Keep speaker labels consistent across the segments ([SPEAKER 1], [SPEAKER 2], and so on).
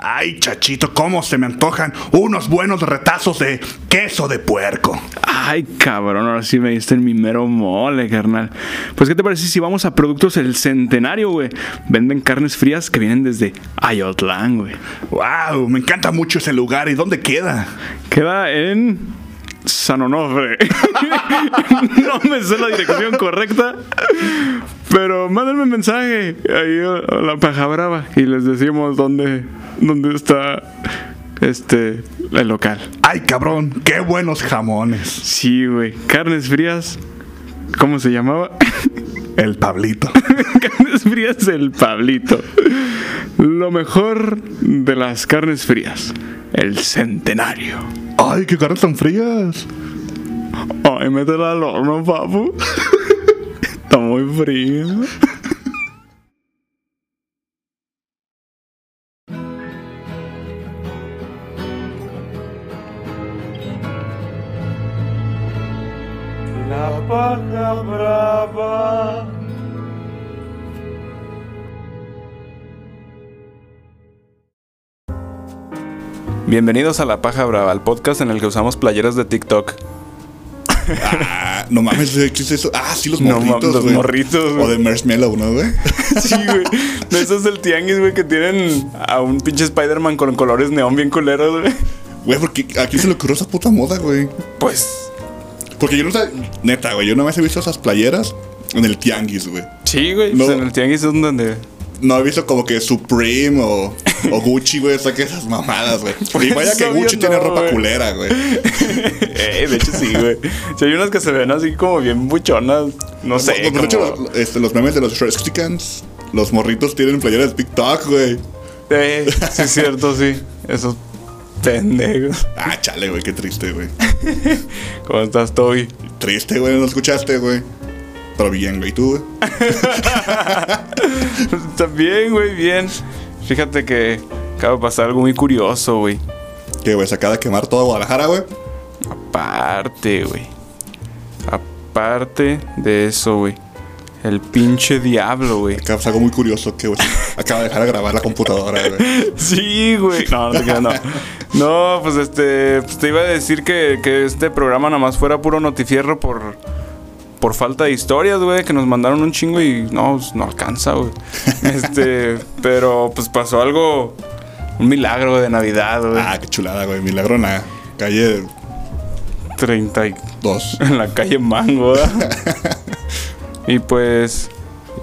[SPEAKER 1] Ay, chachito, cómo se me antojan unos buenos retazos de queso de puerco.
[SPEAKER 2] Ay, cabrón, ahora sí me diste en mi mero mole, carnal. Pues, ¿qué te parece si vamos a Productos El Centenario, güey? Venden carnes frías que vienen desde Ayotlán, güey.
[SPEAKER 1] Wow, me encanta mucho ese lugar. ¿Y dónde queda?
[SPEAKER 2] Queda en... San Onofre. no me sé la dirección correcta, pero mándenme un mensaje ahí a la paja brava y les decimos dónde, dónde está este el local.
[SPEAKER 1] Ay, cabrón, qué buenos jamones.
[SPEAKER 2] Sí, güey. Carnes frías. ¿Cómo se llamaba?
[SPEAKER 1] El Pablito.
[SPEAKER 2] carnes frías el Pablito. Lo mejor de las carnes frías. El centenario.
[SPEAKER 1] Ay, qué caras tan frías.
[SPEAKER 2] Ay, métela al horno, papu. Está muy frío.
[SPEAKER 3] La paja brava.
[SPEAKER 4] Bienvenidos a La Paja Brava, el podcast en el que usamos playeras de TikTok.
[SPEAKER 1] Ah, no mames, ¿qué es eso? Ah, sí, los
[SPEAKER 2] No
[SPEAKER 1] morritos.
[SPEAKER 2] mames, los
[SPEAKER 1] güey.
[SPEAKER 2] morritos, güey.
[SPEAKER 1] O de marshmallow, ¿no, güey?
[SPEAKER 2] Sí, güey. De esos del tianguis, güey, que tienen a un pinche Spider-Man con colores neón bien culeros, güey.
[SPEAKER 1] Güey, porque a quién se le ocurrió esa puta moda, güey.
[SPEAKER 2] Pues.
[SPEAKER 1] Porque yo no sé, neta, güey, yo no me he visto esas playeras en el tianguis, güey.
[SPEAKER 2] Sí, güey.
[SPEAKER 1] No.
[SPEAKER 2] pues en el tianguis es donde.
[SPEAKER 1] No he visto como que Supreme o, o Gucci, güey, saque esas mamadas, güey. y vaya que
[SPEAKER 2] eso
[SPEAKER 1] Gucci
[SPEAKER 2] yo
[SPEAKER 1] tiene
[SPEAKER 2] no,
[SPEAKER 1] ropa
[SPEAKER 2] güey.
[SPEAKER 1] culera, güey.
[SPEAKER 2] Eh, de hecho, sí, güey. Si hay unas que se ven así como bien buchonas. No sé.
[SPEAKER 1] Como- como de hecho,
[SPEAKER 2] como-
[SPEAKER 1] los, este, los memes de los Shrexicans, los morritos tienen playeras de TikTok, güey.
[SPEAKER 2] Eh, sí, es cierto, sí. Esos pendejos.
[SPEAKER 1] Ah, chale, güey, qué triste, güey.
[SPEAKER 2] ¿Cómo estás, Toby?
[SPEAKER 1] Triste, güey, no escuchaste, güey. Pero bien, güey, tú, güey.
[SPEAKER 2] También, güey, bien. Fíjate que acaba de pasar algo muy curioso, güey.
[SPEAKER 1] Que, güey, se acaba de quemar toda Guadalajara, güey.
[SPEAKER 2] Aparte, güey. Aparte de eso, güey. El pinche diablo, güey.
[SPEAKER 1] Acá algo muy curioso que, güey, acaba de dejar de grabar la computadora, güey.
[SPEAKER 2] Sí, güey. No, no te creas, no. No, pues este. pues, te iba a decir que, que este programa nada más fuera puro notifierro por. Por falta de historias, güey, que nos mandaron un chingo y no, pues, no alcanza, güey. Este, pero pues pasó algo, un milagro de Navidad, güey.
[SPEAKER 1] Ah, qué chulada, güey, milagrona. Calle
[SPEAKER 2] 30 y-
[SPEAKER 1] 2.
[SPEAKER 2] en la calle Mango, ¿verdad? Y pues,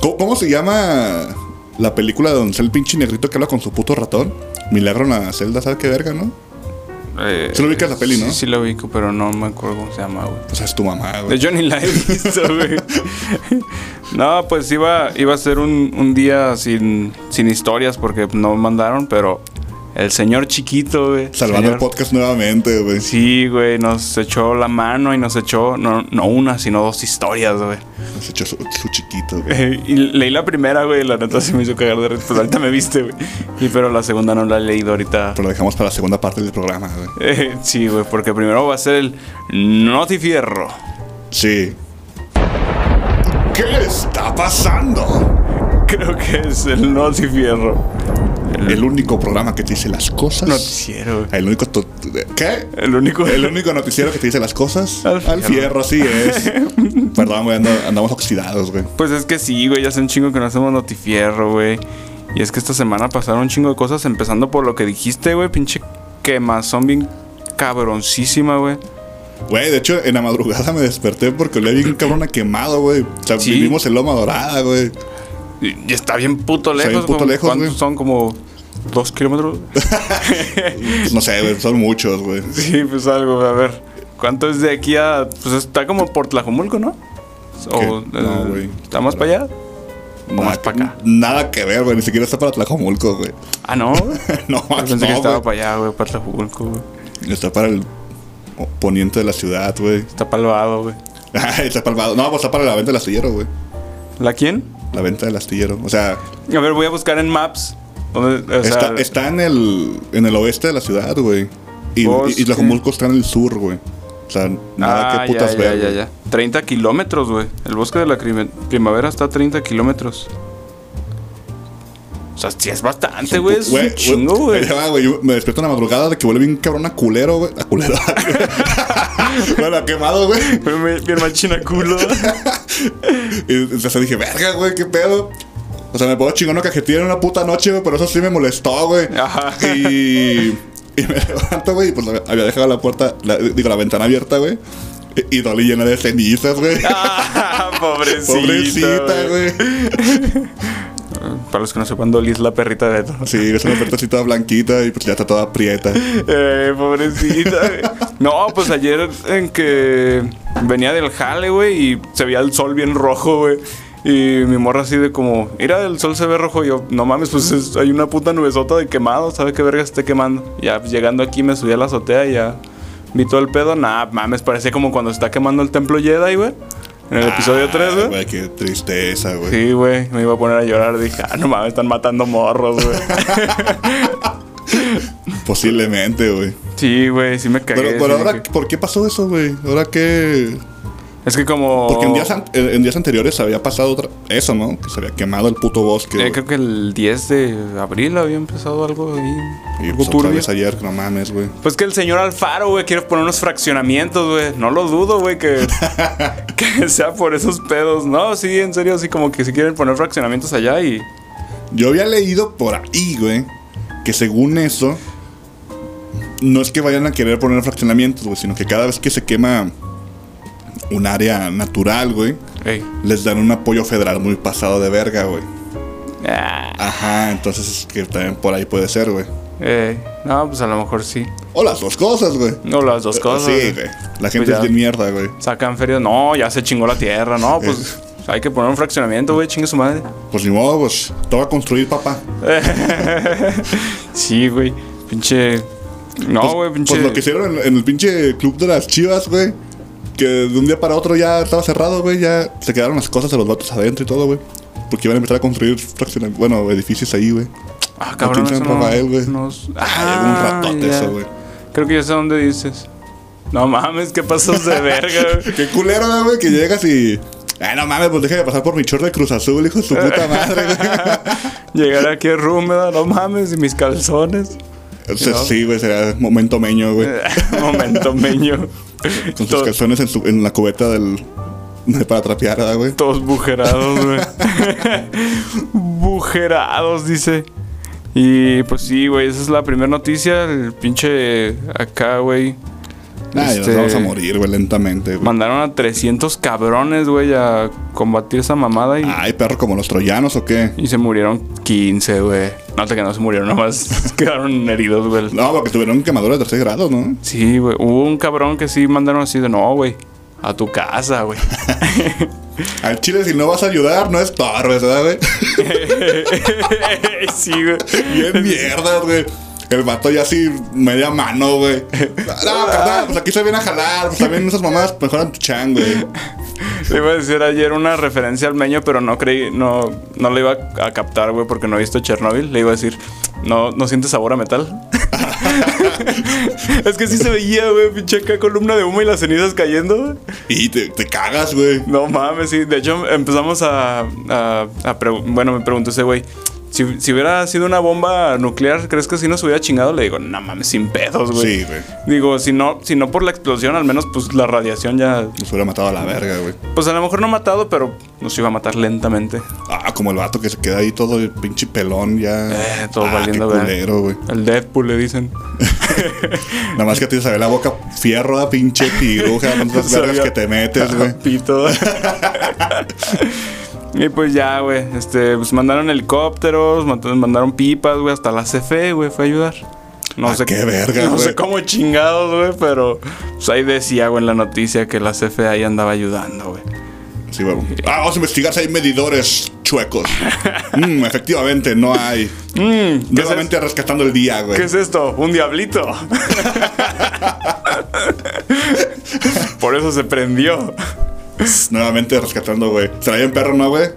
[SPEAKER 1] ¿Cómo, cómo se llama la película donde está el pinche negrito que habla con su puto ratón? Milagro en la celda, ¿sabes qué verga, no?
[SPEAKER 2] Eh,
[SPEAKER 1] Sí lo ubicas la peli, ¿no?
[SPEAKER 2] Sí, sí la ubico, pero no me acuerdo cómo se llama, güey.
[SPEAKER 1] Pues es tu mamá,
[SPEAKER 2] De
[SPEAKER 1] güey.
[SPEAKER 2] hecho, ni la he visto, güey. No, pues iba, iba a ser un, un día sin, sin historias porque no mandaron, pero el señor chiquito, güey.
[SPEAKER 1] Salvando el
[SPEAKER 2] señor-
[SPEAKER 1] podcast nuevamente, güey.
[SPEAKER 2] Sí, güey, nos echó la mano y nos echó no, no una, sino dos historias, güey.
[SPEAKER 1] Se echó su, su chiquito, güey.
[SPEAKER 2] Eh, y leí la primera, güey, la neta se me hizo cagar de risa, pues ahorita me viste, güey. Y pero la segunda no la he leído ahorita.
[SPEAKER 1] Pero lo dejamos para la segunda parte del programa, güey.
[SPEAKER 2] Eh, sí, güey, porque primero va a ser el Notifierro.
[SPEAKER 1] Sí. ¿Qué está pasando?
[SPEAKER 2] Creo que es el Notifierro.
[SPEAKER 1] El único programa que te dice las cosas.
[SPEAKER 2] Noticiero, güey.
[SPEAKER 1] El único. to- ¿Qué?
[SPEAKER 2] El único.
[SPEAKER 1] El único noticiero que te dice las cosas.
[SPEAKER 2] Al
[SPEAKER 1] Al, fierro, sí es. Perdón, güey, ando- andamos oxidados, güey.
[SPEAKER 2] Pues es que sí, güey, ya hace un chingo que no hacemos Notifierro, güey. Y es que esta semana pasaron un chingo de cosas, empezando por lo que dijiste, güey, pinche quemazón bien cabroncísima, güey.
[SPEAKER 1] Güey, de hecho, en la madrugada me desperté porque le vi un cabrón a quemado, güey. O sea,
[SPEAKER 2] Sí.
[SPEAKER 1] vivimos en Loma Dorada, güey.
[SPEAKER 2] Y y está bien puto
[SPEAKER 1] Está
[SPEAKER 2] lejos,
[SPEAKER 1] bien puto
[SPEAKER 2] como-
[SPEAKER 1] lejos,
[SPEAKER 2] ¿Cuántos
[SPEAKER 1] güey.
[SPEAKER 2] son? Como dos kilómetros.
[SPEAKER 1] No sé, güey, son muchos, güey.
[SPEAKER 2] sí, pues algo, a ver. ¿Cuánto es de aquí a.? Pues está como por Tlajomulco, ¿no? O,
[SPEAKER 1] ¿Qué? No,
[SPEAKER 2] eh,
[SPEAKER 1] güey. Ah,
[SPEAKER 2] ¿Está más para allá?
[SPEAKER 1] Nada
[SPEAKER 2] más
[SPEAKER 1] que-
[SPEAKER 2] pa' acá.
[SPEAKER 1] Nada que ver, güey. Ni siquiera está para Tlajomulco, güey.
[SPEAKER 2] Ah, no.
[SPEAKER 1] No, más
[SPEAKER 2] Pensé
[SPEAKER 1] no,
[SPEAKER 2] que estaba
[SPEAKER 1] güey.
[SPEAKER 2] para allá, güey, para Tlajomulco, güey.
[SPEAKER 1] Está para el poniente de la ciudad, güey.
[SPEAKER 2] Está palvado, güey.
[SPEAKER 1] está palmado. No, pues está para la venta del astillero, güey.
[SPEAKER 2] ¿La quién?
[SPEAKER 1] La venta del astillero. O sea,
[SPEAKER 2] A ver, voy a buscar en Maps. ¿Dónde, o sea,
[SPEAKER 1] está, está en el en el oeste de la ciudad, güey. Y,
[SPEAKER 2] Oh,
[SPEAKER 1] y, y
[SPEAKER 2] sí.
[SPEAKER 1] Tlajomulco está en el sur, güey. O sea, nada
[SPEAKER 2] ah,
[SPEAKER 1] que putas
[SPEAKER 2] ya,
[SPEAKER 1] ver.
[SPEAKER 2] ya, ya,
[SPEAKER 1] güey.
[SPEAKER 2] ya. 30 kilómetros, güey. El bosque de la crime- primavera está a 30 kilómetros. O sea, sí es bastante, güey. Es
[SPEAKER 1] Güey,
[SPEAKER 2] un chingo, güey.
[SPEAKER 1] ahí va, güey, yo me despierto en la madrugada de que vuelve bien cabrón a culero, güey. A culero. bueno, a quemado, güey.
[SPEAKER 2] Bien machina culo.
[SPEAKER 1] Y entonces dije, verga, güey, qué pedo. O sea, me puedo chingar una cajetilla en una puta noche, güey, pero eso sí me molestó, güey.
[SPEAKER 2] Ajá.
[SPEAKER 1] Y, y me levanto, güey, y pues la- había dejado la puerta, la- digo, la ventana abierta, güey. Y, y Dolly llena de cenizas, güey.
[SPEAKER 2] Ah, pobrecita.
[SPEAKER 1] Pobrecita,
[SPEAKER 2] güey.
[SPEAKER 1] güey.
[SPEAKER 2] Para los que no sepan, Dolly es la perrita de Beto.
[SPEAKER 1] Sí, es una perrita así toda blanquita y pues ya está toda prieta.
[SPEAKER 2] Eh, pobrecita. güey. No, pues ayer en que venía del jale, güey, y se veía el sol bien rojo, güey. Y mi morra así de como, mira, el sol se ve rojo. Y yo, no mames, pues es- hay una puta nubesota de quemado, ¿sabe qué verga se esté quemando? Ya pues, llegando aquí me subí a la azotea y ya vi todo el pedo. Nah, mames, parecía como cuando se está quemando el templo Jedi, güey. En el episodio 3,
[SPEAKER 1] Ay,
[SPEAKER 2] güey.
[SPEAKER 1] Ah, Güey, qué tristeza, güey.
[SPEAKER 2] Sí, güey, me iba a poner a llorar. Dije, ah, no mames, están matando morros, güey.
[SPEAKER 1] Posiblemente, güey.
[SPEAKER 2] sí, güey, sí me cagué.
[SPEAKER 1] Pero,
[SPEAKER 2] sí
[SPEAKER 1] pero
[SPEAKER 2] dije-
[SPEAKER 1] ahora, ¿por qué pasó eso, güey? Ahora que.
[SPEAKER 2] Es que como.
[SPEAKER 1] Porque en días, an- en en días anteriores había pasado otra- eso, ¿no? Que se había quemado el puto bosque.
[SPEAKER 2] Eh,
[SPEAKER 1] güey.
[SPEAKER 2] creo que el 10 de abril había empezado algo ahí.
[SPEAKER 1] Y
[SPEAKER 2] algo
[SPEAKER 1] pues, otra
[SPEAKER 2] turbio.
[SPEAKER 1] vez ayer, no mames, güey.
[SPEAKER 2] Pues que el señor Alfaro, güey, quiere poner unos fraccionamientos, güey. No lo dudo, güey, que, que sea por esos pedos. No, sí, en serio, sí, como que si quieren poner fraccionamientos allá y.
[SPEAKER 1] Yo había leído por ahí, güey, que según eso, no es que vayan a querer poner fraccionamientos, güey, sino que cada vez que se quema un área natural, güey,
[SPEAKER 2] Ey.
[SPEAKER 1] les dan un apoyo federal muy pasado de verga, güey.
[SPEAKER 2] Ah,
[SPEAKER 1] Ajá, entonces es que también por ahí puede ser, güey.
[SPEAKER 2] ey. No, pues a lo mejor sí.
[SPEAKER 1] O las dos cosas, güey.
[SPEAKER 2] No, las dos cosas.
[SPEAKER 1] Eh, Sí, güey. La gente
[SPEAKER 2] ya.
[SPEAKER 1] es bien mierda, güey.
[SPEAKER 2] Sacan ferias. No, ya se chingó la tierra. No, pues hay que poner un fraccionamiento, güey, chingue su madre.
[SPEAKER 1] Pues ni modo, pues, te va a construir, papá.
[SPEAKER 2] sí, güey. Pinche. No,
[SPEAKER 1] Pues-
[SPEAKER 2] Oh, güey, pinche.
[SPEAKER 1] Pues lo que hicieron en, en el pinche club de las chivas, güey. Que de un día para otro ya estaba cerrado, güey. Ya se quedaron las cosas de los vatos adentro y todo, güey. Porque iban a empezar a construir fracciona- bueno, edificios ahí, güey.
[SPEAKER 2] Ah, cabrón,
[SPEAKER 1] Aquí en
[SPEAKER 2] eso
[SPEAKER 1] San
[SPEAKER 2] no,
[SPEAKER 1] Rafael, güey.
[SPEAKER 2] no-
[SPEAKER 1] Ah, llevo un ratote
[SPEAKER 2] ya.
[SPEAKER 1] eso, güey.
[SPEAKER 2] Creo que ya sé dónde dices. No mames, ¿qué pasas de verga, güey?
[SPEAKER 1] Qué culero, ¿no, güey, que llegas y. Ah, no mames, pues deja de pasar por mi short de Cruz Azul, hijo de su puta madre, güey.
[SPEAKER 2] Llegar aquí a Rúmeda, no mames, y mis calzones.
[SPEAKER 1] Entonces,
[SPEAKER 2] No. Eh,
[SPEAKER 1] Sí, güey, será momento meño, güey.
[SPEAKER 2] Momento, meño.
[SPEAKER 1] Con sus
[SPEAKER 2] Todo-
[SPEAKER 1] calzones en, su- en la cubeta del. para trapear, ¿verdad, güey.
[SPEAKER 2] todos bujerados, güey. bujerados, dice. Y pues sí, güey, esa es la primera noticia. El pinche acá, güey.
[SPEAKER 1] Nah, ya
[SPEAKER 2] Este-
[SPEAKER 1] nos vamos a morir, güey, lentamente, güey.
[SPEAKER 2] Mandaron a 300 cabrones, güey, a combatir esa mamada y,
[SPEAKER 1] Ay, perro, como los troyanos o qué.
[SPEAKER 2] y se murieron 15, güey. No te que no se murieron, nomás quedaron heridos, güey.
[SPEAKER 1] No, porque tuvieron quemaduras de tercer grado, ¿no?
[SPEAKER 2] Sí, güey. Hubo un cabrón que sí mandaron así de no, güey. A tu casa, güey.
[SPEAKER 1] Al chile, si no vas a ayudar, no estorbes, ¿verdad, güey?
[SPEAKER 2] sí, güey.
[SPEAKER 1] Bien mierda, güey. El vato ya así, media mano, güey. No, carnal, pues aquí se viene a jalar. Pues también esas mamás mejoran tu chan, güey.
[SPEAKER 2] Le iba a decir ayer una referencia al meño, pero no creí, no, no le iba a captar, güey, porque no he visto Chernobyl. Le iba a decir, no, no sientes sabor a metal. es que sí se veía, güey, pinche acá columna de humo y las cenizas cayendo. güey.
[SPEAKER 1] Y te, te cagas, güey.
[SPEAKER 2] No mames, sí. De hecho, empezamos a. a- a pregu- bueno, me preguntó ese güey. Si, si hubiera sido una bomba nuclear, ¿crees que si nos hubiera chingado? Le digo, no mames, sin pedos, güey.
[SPEAKER 1] Sí, güey.
[SPEAKER 2] Digo, si no, si no por la explosión, al menos pues la radiación ya.
[SPEAKER 1] Nos hubiera matado a la verga, güey.
[SPEAKER 2] Pues a lo mejor no matado, pero nos iba a matar lentamente.
[SPEAKER 1] Ah, como el vato que se queda ahí todo el pinche pelón ya.
[SPEAKER 2] Eh, todo
[SPEAKER 1] ah,
[SPEAKER 2] valiendo,
[SPEAKER 1] qué
[SPEAKER 2] ¿verdad?
[SPEAKER 1] culero, güey.
[SPEAKER 2] El Deadpool le dicen.
[SPEAKER 1] Nada más que te sabe la boca fierro da pinche tiruja, tantas vergas
[SPEAKER 2] Sabía-
[SPEAKER 1] que te metes, güey.
[SPEAKER 2] Pito. y pues ya, güey. Este, pues mandaron helicópteros, mand- mandaron pipas, güey. Hasta la CFE, güey, fue a ayudar. No
[SPEAKER 1] Ah, qué verga,
[SPEAKER 2] No sé
[SPEAKER 1] güey.
[SPEAKER 2] cómo chingados, güey, pero pues ahí decía, güey, en la noticia que la CFE ahí andaba ayudando, güey.
[SPEAKER 1] Sí, güey. Ah, vamos a investigar si hay medidores chuecos. Mm, efectivamente, no hay.
[SPEAKER 2] Mm, ¿qué, es es-
[SPEAKER 1] Nuevamente rescatando el día, güey.
[SPEAKER 2] qué es esto? ¿Un diablito? Por eso se prendió.
[SPEAKER 1] Nuevamente rescatando, güey. ¿Será bien perro, no, güey?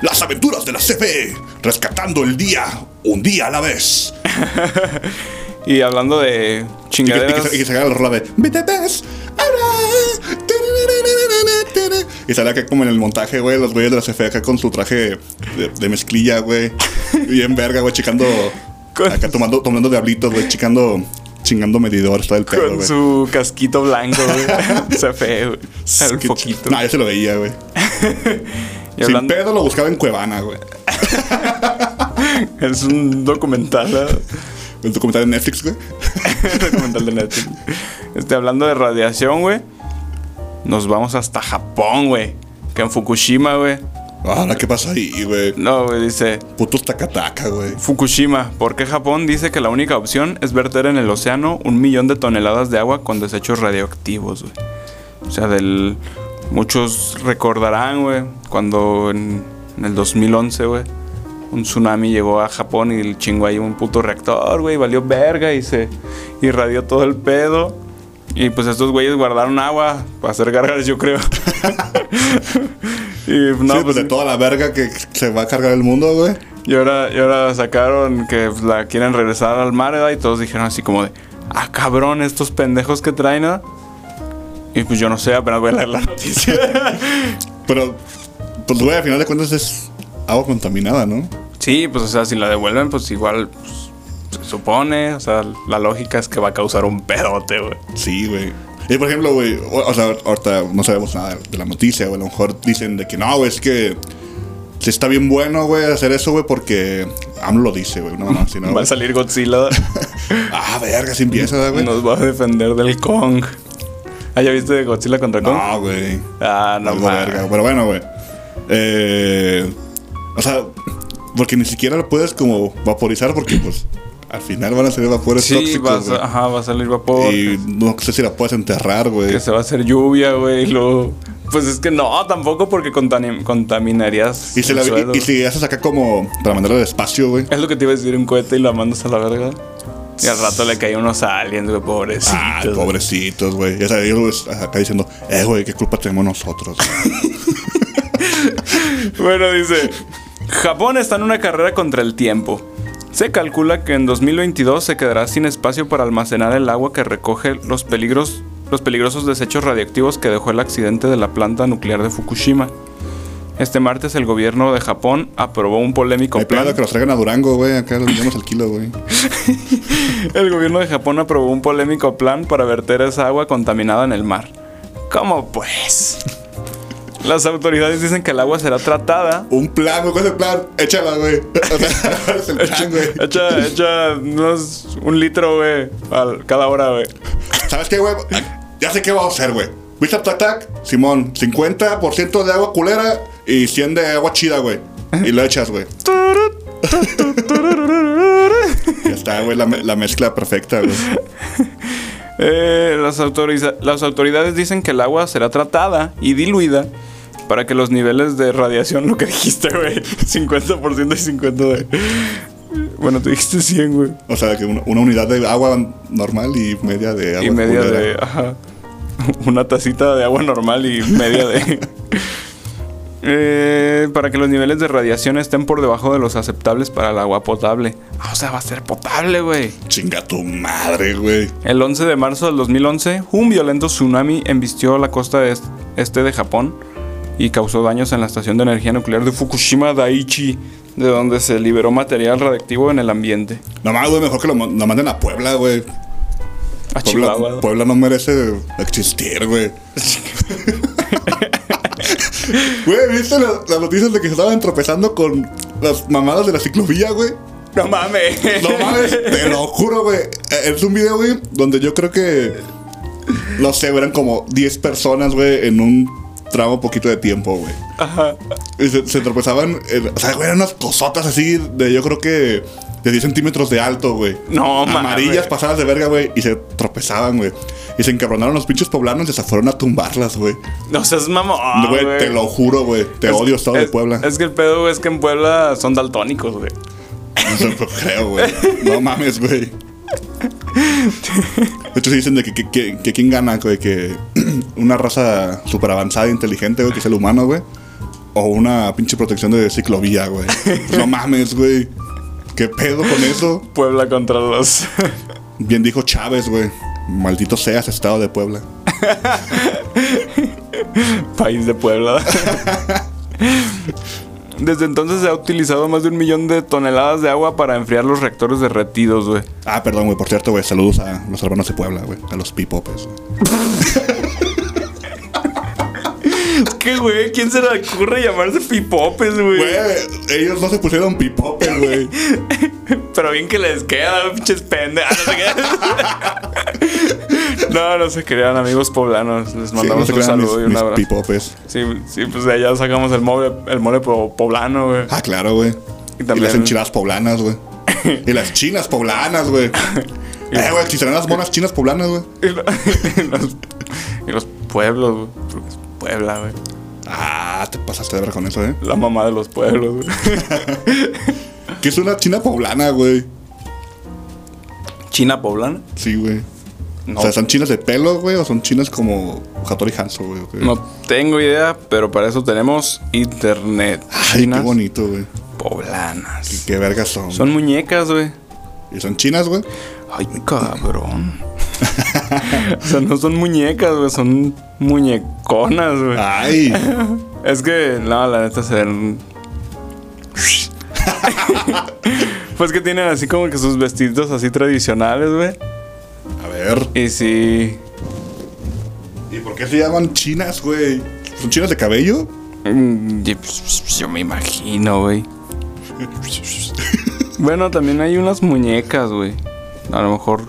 [SPEAKER 1] Las aventuras de la CFE. Rescatando el día. Un día a la vez.
[SPEAKER 2] Y hablando de
[SPEAKER 1] Y que, y que
[SPEAKER 2] chingaderas.
[SPEAKER 1] se- y que se haga la rola de... "Be the best". Ahora. Y sale acá como en el montaje, güey, los güeyes de la CFE acá con su traje de, de mezclilla, güey. Bien verga, güey, checando.
[SPEAKER 2] Con-
[SPEAKER 1] Acá tomando, tomando diablitos, güey, checando. Chingando medidores, todo el pedo,
[SPEAKER 2] Con
[SPEAKER 1] güey.
[SPEAKER 2] su casquito blanco, güey. Se feo, güey. Al
[SPEAKER 1] Qué
[SPEAKER 2] foquito.
[SPEAKER 1] ch- No, yo se lo veía, güey.
[SPEAKER 2] Y
[SPEAKER 1] Sin
[SPEAKER 2] hablando-
[SPEAKER 1] pedo lo buscaba en Cuevana, güey.
[SPEAKER 2] es un documental, ¿eh?
[SPEAKER 1] El documental de Netflix, güey.
[SPEAKER 2] documental de Netflix. Este, hablando de radiación, güey. Nos vamos hasta Japón, güey. Que en Fukushima, güey.
[SPEAKER 1] Ahora, ¿qué Ah, pasa ahí, güey?
[SPEAKER 2] No, güey, dice
[SPEAKER 1] Putos tacataca, güey.
[SPEAKER 2] Fukushima. ¿Por qué Japón dice que la única opción es verter en el océano un millón de toneladas de agua con desechos radioactivos, güey? O sea, del... Muchos recordarán, güey, cuando en, en el 2011, güey, un tsunami llegó a Japón y el chingó ahí un puto reactor, güey, y valió verga y se irradió todo el pedo. Y pues estos güeyes guardaron agua para hacer gargaras, yo creo. y no,
[SPEAKER 1] sí, pues de toda la verga que se va a cargar el mundo, güey.
[SPEAKER 2] y ahora, y ahora sacaron que pues, la quieren regresar al mar, ¿verdad? Y todos dijeron así como de, ah, cabrón, estos pendejos que traen, ¿verdad? Y pues yo no sé, apenas voy a leer la noticia.
[SPEAKER 1] Pero, pues, güey, al final de cuentas es agua contaminada, ¿no?
[SPEAKER 2] sí, pues o sea, si la devuelven, pues igual pues, se supone, o sea, la lógica es que va a causar un pedote, güey.
[SPEAKER 1] Sí, güey. Y por ejemplo, güey, o, o sea, ahorita no sabemos nada de la noticia, güey. A lo mejor dicen de que no, güey, es que se está bien bueno, güey, hacer eso, güey, porque AMLO lo dice, güey. No, no, si no.
[SPEAKER 2] Va a
[SPEAKER 1] güey.
[SPEAKER 2] salir Godzilla
[SPEAKER 1] Ah, verga, si empieza,
[SPEAKER 2] y
[SPEAKER 1] güey.
[SPEAKER 2] nos va a defender del Kong. Ah, ¿ya viste de Godzilla contra Kong?
[SPEAKER 1] No, güey.
[SPEAKER 2] Ah, no,
[SPEAKER 1] Algo
[SPEAKER 2] mames.
[SPEAKER 1] verga. Pero bueno, güey. Eh, o sea, porque ni siquiera lo puedes como vaporizar porque pues al final van a salir vapores
[SPEAKER 2] Sí, va a,
[SPEAKER 1] tóxicos.
[SPEAKER 2] sa-
[SPEAKER 1] güey.
[SPEAKER 2] ajá, va a salir vapor.
[SPEAKER 1] Y no sé si la puedes enterrar, güey.
[SPEAKER 2] que se va a hacer lluvia, güey, y luego... Pues es que no, tampoco porque contani- contaminarías
[SPEAKER 1] Y, se
[SPEAKER 2] el
[SPEAKER 1] la- y-
[SPEAKER 2] suelo.
[SPEAKER 1] y si haces acá como para mandarla al espacio, güey.
[SPEAKER 2] Es lo que te iba a decir, un cohete y la mandas a la verga. Y al rato le caen unos aliens, güey, pobrecitos.
[SPEAKER 1] Ah, pobrecitos, güey. Ya sabes, ellos acá diciendo, eh, güey, ¿qué culpa tenemos nosotros?
[SPEAKER 2] Bueno, dice... Japón está en una carrera contra el tiempo. Se calcula que en 2022 se quedará sin espacio para almacenar el agua que recoge los peligros... Los peligrosos desechos radiactivos que dejó el accidente de la planta nuclear de Fukushima. Este martes el gobierno de Japón aprobó un polémico
[SPEAKER 1] Hay
[SPEAKER 2] plan.
[SPEAKER 1] plano que los traigan a Durango, güey. Acá los vendemos al kilo, güey.
[SPEAKER 2] El gobierno de Japón aprobó un polémico plan para verter esa agua contaminada en el mar. ¿Cómo pues? Las autoridades dicen que el agua será tratada.
[SPEAKER 1] Un plan, güey. ¿Cuál es el plan? Échala, güey. O sea, ¿cuál es el plan, güey?
[SPEAKER 2] Echa, echa unos- un litro, güey, al- cada hora, güey.
[SPEAKER 1] ¿Sabes qué, güey? Ya sé qué vamos a hacer, güey. ¿Viste Tac Tac? Simón, 50% de agua culera y 100 de agua chida, güey. Y lo echas, güey. ya está, güey, la, me- la mezcla perfecta, güey.
[SPEAKER 2] Eh, las, autoriza- las autoridades dicen que el agua será tratada y diluida para que los niveles de radiación, lo que dijiste, güey, 50% y 50% de... Bueno, tú dijiste 100, güey.
[SPEAKER 1] O sea, que una, una unidad de agua normal y media de agua
[SPEAKER 2] y media
[SPEAKER 1] culera.
[SPEAKER 2] de. Ajá. Una tacita de agua normal y media de. Eh, para que los niveles de radiación estén por debajo de los aceptables para el agua potable. Ah, o sea, va a ser potable, güey.
[SPEAKER 1] Chinga tu madre, güey.
[SPEAKER 2] El 11 de marzo del 2011, un violento tsunami embistió la costa est- este de Japón y causó daños en la estación de energía nuclear de Fukushima Daiichi, de donde se liberó material radiactivo en el ambiente.
[SPEAKER 1] Nomás, güey, mejor que lo, man- lo manden a Puebla, güey.
[SPEAKER 2] A
[SPEAKER 1] Puebla,
[SPEAKER 2] Ah, Chihuahua.
[SPEAKER 1] Puebla no merece existir, güey. Güey, ¿viste la- las noticias de que se estaban tropezando con las mamadas de la ciclovía, güey?
[SPEAKER 2] No mames.
[SPEAKER 1] No mames, te lo juro, güey. Eh, Es un video, güey, donde yo creo que. No sé, eran como 10 personas, güey, en un tramo poquito de tiempo, güey.
[SPEAKER 2] Ajá.
[SPEAKER 1] Y se, se tropezaban. eh, o sea, güey, eran unas cosotas así de yo creo que de 10 centímetros de alto, güey.
[SPEAKER 2] No,
[SPEAKER 1] Amarillas
[SPEAKER 2] mames.
[SPEAKER 1] pasadas de verga, güey. Y se tropezaban, güey. Y se encabronaron los pinches poblanos y se fueron a tumbarlas, güey.
[SPEAKER 2] No seas mamón.
[SPEAKER 1] Güey,
[SPEAKER 2] Ah, güey.
[SPEAKER 1] te lo juro, güey. Te
[SPEAKER 2] Es-
[SPEAKER 1] odio, Estado de
[SPEAKER 2] es-
[SPEAKER 1] Puebla.
[SPEAKER 2] Es que el pedo güey, es que en Puebla son daltónicos, güey.
[SPEAKER 1] No lo creo, güey. No mames, güey. De hecho, sí dicen de que, que, que- que quién gana, güey, que una raza súper avanzada e inteligente, güey, que es el humano, güey. O una pinche protección de ciclovía, güey. Pues No mames, güey. ¿Qué pedo con eso?
[SPEAKER 2] Puebla contra los.
[SPEAKER 1] Bien dijo Chávez, güey. Maldito seas, Estado de Puebla.
[SPEAKER 2] País de Puebla. Desde entonces se ha utilizado más de un millón de toneladas de agua para enfriar los reactores derretidos, güey.
[SPEAKER 1] Ah, perdón, güey. Por cierto, güey, saludos a los hermanos de Puebla, güey. A los pipopes.
[SPEAKER 2] ¿Qué, güey? ¿Quién se le ocurre llamarse pipopes, güey?
[SPEAKER 1] Güey, ellos no se pusieron pipopes, güey.
[SPEAKER 2] Pero bien que les queda, pinches pende. Ah, no, se crean. no, no se crean, amigos poblanos. Les
[SPEAKER 1] Sí,
[SPEAKER 2] mandamos
[SPEAKER 1] no se
[SPEAKER 2] un
[SPEAKER 1] crean mis,
[SPEAKER 2] saludo y un
[SPEAKER 1] mis
[SPEAKER 2] abrazo.
[SPEAKER 1] pipopes.
[SPEAKER 2] Sí, sí, pues de allá sacamos el mole, el mole po- poblano, güey.
[SPEAKER 1] Ah, claro, güey.
[SPEAKER 2] Y
[SPEAKER 1] Y,
[SPEAKER 2] también-
[SPEAKER 1] las enchiladas poblanas, güey. y las chinas poblanas, güey. eh, güey, si serán las monas chinas poblanas, güey.
[SPEAKER 2] Y, lo- y los, y los pueblos, güey. Porque es Puebla, güey.
[SPEAKER 1] Ah, te pasaste de ver con eso, eh.
[SPEAKER 2] La mamá de los pueblos, güey.
[SPEAKER 1] ¿Qué es una china poblana, güey?
[SPEAKER 2] ¿China poblana?
[SPEAKER 1] Sí, güey.
[SPEAKER 2] No,
[SPEAKER 1] O sea, ¿son chinas de pelo, güey? ¿O son chinas como Hattori Hanzo, güey? o qué?
[SPEAKER 2] no tengo idea, pero para eso tenemos internet.
[SPEAKER 1] Ay,
[SPEAKER 2] Chinas
[SPEAKER 1] qué bonito, güey.
[SPEAKER 2] poblanas.
[SPEAKER 1] Qué vergas son.
[SPEAKER 2] Son muñecas, güey.
[SPEAKER 1] ¿Y son chinas, güey?
[SPEAKER 2] Ay, cabrón. o sea, no son muñecas, güey, son muñeconas, güey.
[SPEAKER 1] Ay,
[SPEAKER 2] Es que, no, la neta se ven. pues que tienen así como que sus vestidos así tradicionales, güey.
[SPEAKER 1] a ver.
[SPEAKER 2] Y sí.
[SPEAKER 1] ¿Y por qué se llaman chinas, güey? ¿Son chinas de cabello?
[SPEAKER 2] mm, y pues, Yo me imagino, güey. bueno, también hay unas muñecas, güey. A lo mejor.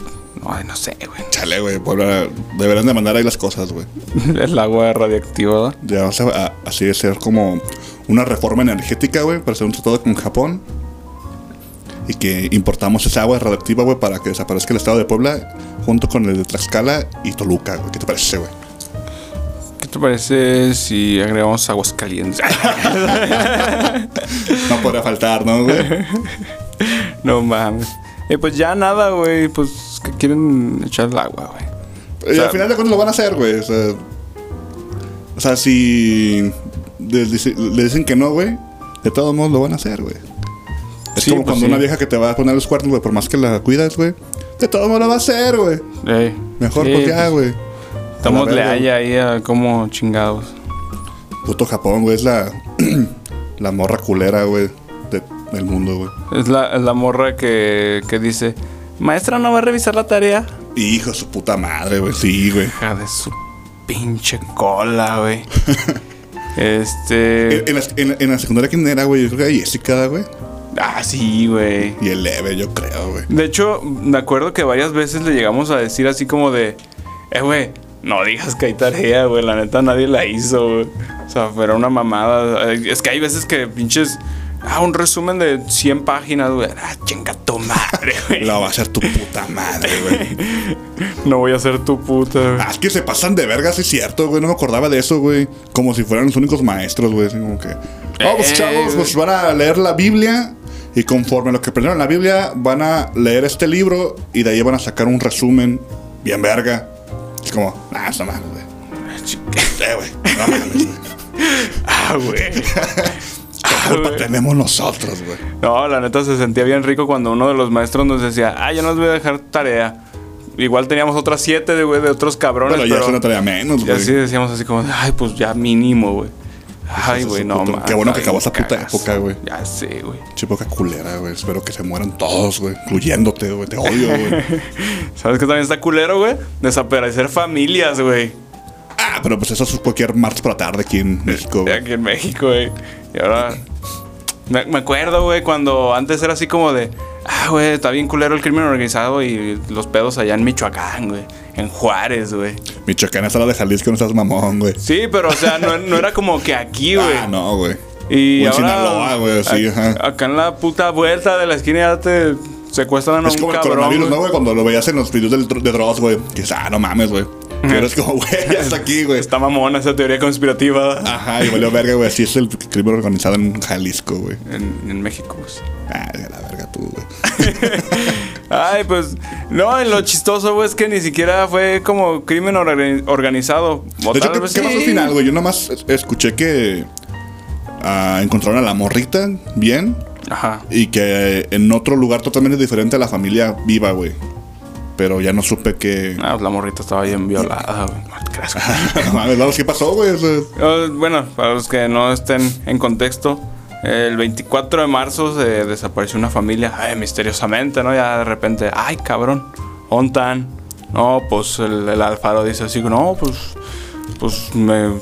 [SPEAKER 2] Ay, no sé, güey.
[SPEAKER 1] Chale, güey, Puebla, deberán de mandar ahí las cosas, güey.
[SPEAKER 2] El agua radioactiva, ¿verdad?
[SPEAKER 1] Ya vamos a, a- así de ser como una reforma energética, güey, para hacer un tratado con Japón. Y que importamos esa agua radioactiva, güey, para que desaparezca el estado de Puebla junto con el de Tlaxcala y Toluca, güey. ¿Qué te parece, güey?
[SPEAKER 2] ¿Qué te parece si agregamos aguas calientes?
[SPEAKER 1] No podrá faltar, ¿no, güey?
[SPEAKER 2] no mames. Eh, pues ya nada, güey. Pues que quieren echar el agua, güey.
[SPEAKER 1] Y al final de cuentas lo van a hacer, güey. O sea, o sea, si le, dice- le dicen que no, güey, de todos modos lo van a hacer, güey. Es
[SPEAKER 2] Sí,
[SPEAKER 1] como
[SPEAKER 2] pues
[SPEAKER 1] cuando
[SPEAKER 2] sí.
[SPEAKER 1] una vieja que te va a poner los cuernos, güey, por más que la cuidas, güey, de todos modos lo va a hacer, güey.
[SPEAKER 2] Ey,
[SPEAKER 1] Mejor
[SPEAKER 2] Eh, sí,
[SPEAKER 1] pues ya, güey. A
[SPEAKER 2] Tomémosle
[SPEAKER 1] la verga,
[SPEAKER 2] haya ahí a como chingados.
[SPEAKER 1] Puto Japón, güey, es la, la morra culera, güey, de- del mundo, güey.
[SPEAKER 2] Es la, es la morra que, que dice: Maestra, ¿no va a revisar la tarea?
[SPEAKER 1] Hijo de su puta madre, güey, sí, güey.
[SPEAKER 2] Hija de su pinche cola, güey. este.
[SPEAKER 1] En, en la, en la- en la secundaria, ¿quién era, güey? Yo creo que era Jessica, güey.
[SPEAKER 2] Ah, sí, güey.
[SPEAKER 1] Y el leve, yo creo, güey.
[SPEAKER 2] De hecho, me acuerdo que varias veces le llegamos a decir así como de, eh, güey, no digas que hay tarea, güey, la neta nadie la hizo, güey. O sea, era una mamada. Eh, Es que hay veces que pinches, ah, un resumen de 100 páginas, güey. Ah, chinga tu madre, güey.
[SPEAKER 1] La va a hacer tu puta madre, güey.
[SPEAKER 2] No voy a ser tu puta, güey.
[SPEAKER 1] Ah, es que se pasan de verga, sí es cierto, güey. No me acordaba de eso, güey. Como si fueran los únicos maestros, güey. Así como que. Oh, pues
[SPEAKER 2] Eh,
[SPEAKER 1] chavos, pues van a leer la Biblia. Y conforme a lo que aprendieron en la Biblia, van a leer este libro. Y de ahí van a sacar un resumen. Bien verga. Es como, ah, no mames, güey. Eh, güey. No mames, güey.
[SPEAKER 2] Ah, güey. Ah,
[SPEAKER 1] ¿Qué culpa tenemos nosotros, güey.
[SPEAKER 2] No, la neta se sentía bien rico cuando uno de los maestros nos decía, ah, yo no les voy a dejar tarea. Igual teníamos otras siete de, güey, de otros cabrones.
[SPEAKER 1] Pero ya
[SPEAKER 2] pero-
[SPEAKER 1] es una tarea menos,
[SPEAKER 2] Y
[SPEAKER 1] güey.
[SPEAKER 2] así decíamos así como, ay, pues ya mínimo, güey. Ay,
[SPEAKER 1] Eso es
[SPEAKER 2] güey,
[SPEAKER 1] un
[SPEAKER 2] no
[SPEAKER 1] puto-
[SPEAKER 2] mames.
[SPEAKER 1] qué bueno que
[SPEAKER 2] ay,
[SPEAKER 1] acabó esa puta
[SPEAKER 2] cagazo.
[SPEAKER 1] época, güey.
[SPEAKER 2] Ya sé, güey.
[SPEAKER 1] Chipoca culera, güey. Espero que se mueran todos, güey. Incluyéndote, güey. Te odio, güey.
[SPEAKER 2] ¿Sabes qué también está culero, güey? Desaparecer familias, güey.
[SPEAKER 1] Ah, pero pues eso es cualquier martes por la tarde aquí en México, güey.
[SPEAKER 2] Aquí en México, güey. Y ahora. Me, me acuerdo, güey, cuando antes era así como de. Ah, güey, está bien culero el crimen organizado y los pedos allá en Michoacán, güey. En Juárez, güey.
[SPEAKER 1] Michoacán es la de Jalisco, no estás mamón, güey.
[SPEAKER 2] Sí, pero o sea, no, no era como que aquí, güey.
[SPEAKER 1] Ah, no, güey.
[SPEAKER 2] Y
[SPEAKER 1] O en
[SPEAKER 2] ahora,
[SPEAKER 1] Sinaloa, güey, así,
[SPEAKER 2] ac-
[SPEAKER 1] ajá.
[SPEAKER 2] Acá en la puta vuelta de la esquina ya te secuestran a
[SPEAKER 1] Es
[SPEAKER 2] un
[SPEAKER 1] como el
[SPEAKER 2] cabrón.
[SPEAKER 1] coronavirus, ¿no,
[SPEAKER 2] güey.
[SPEAKER 1] güey? Cuando lo veías en los videos del dro- de Dross, güey. Que es, ah, no mames, güey. Pero es como, güey, ya está aquí, güey.
[SPEAKER 2] Está mamona esa teoría conspirativa
[SPEAKER 1] Ajá, y valió verga, güey. Así es el crimen organizado en Jalisco, güey.
[SPEAKER 2] en, en México. pues.
[SPEAKER 1] Ah, de la verga tú, güey.
[SPEAKER 2] Ay, pues no, y lo chistoso güey, es que ni siquiera fue como crimen orga- organizado. O
[SPEAKER 1] De hecho,
[SPEAKER 2] tal
[SPEAKER 1] ¿qué,
[SPEAKER 2] vez
[SPEAKER 1] qué pasó al
[SPEAKER 2] sí.
[SPEAKER 1] final, güey? Yo nomás es- escuché que ah, encontraron a la morrita bien
[SPEAKER 2] Ajá.
[SPEAKER 1] y que en otro lugar totalmente diferente a la familia viva, güey. Pero ya no supe que.
[SPEAKER 2] Ah, pues la morrita estaba bien violada, güey. No te creas, güey.
[SPEAKER 1] No mames, vamos, ¿qué pasó, güey? O sea,
[SPEAKER 2] Eh, Bueno, para los que no estén en contexto, el 24 de marzo se desapareció una familia, ay, misteriosamente, ¿no? Ya de repente, ay, cabrón, ontan. No, pues el, el Alfaro dice así, no, pues, pues me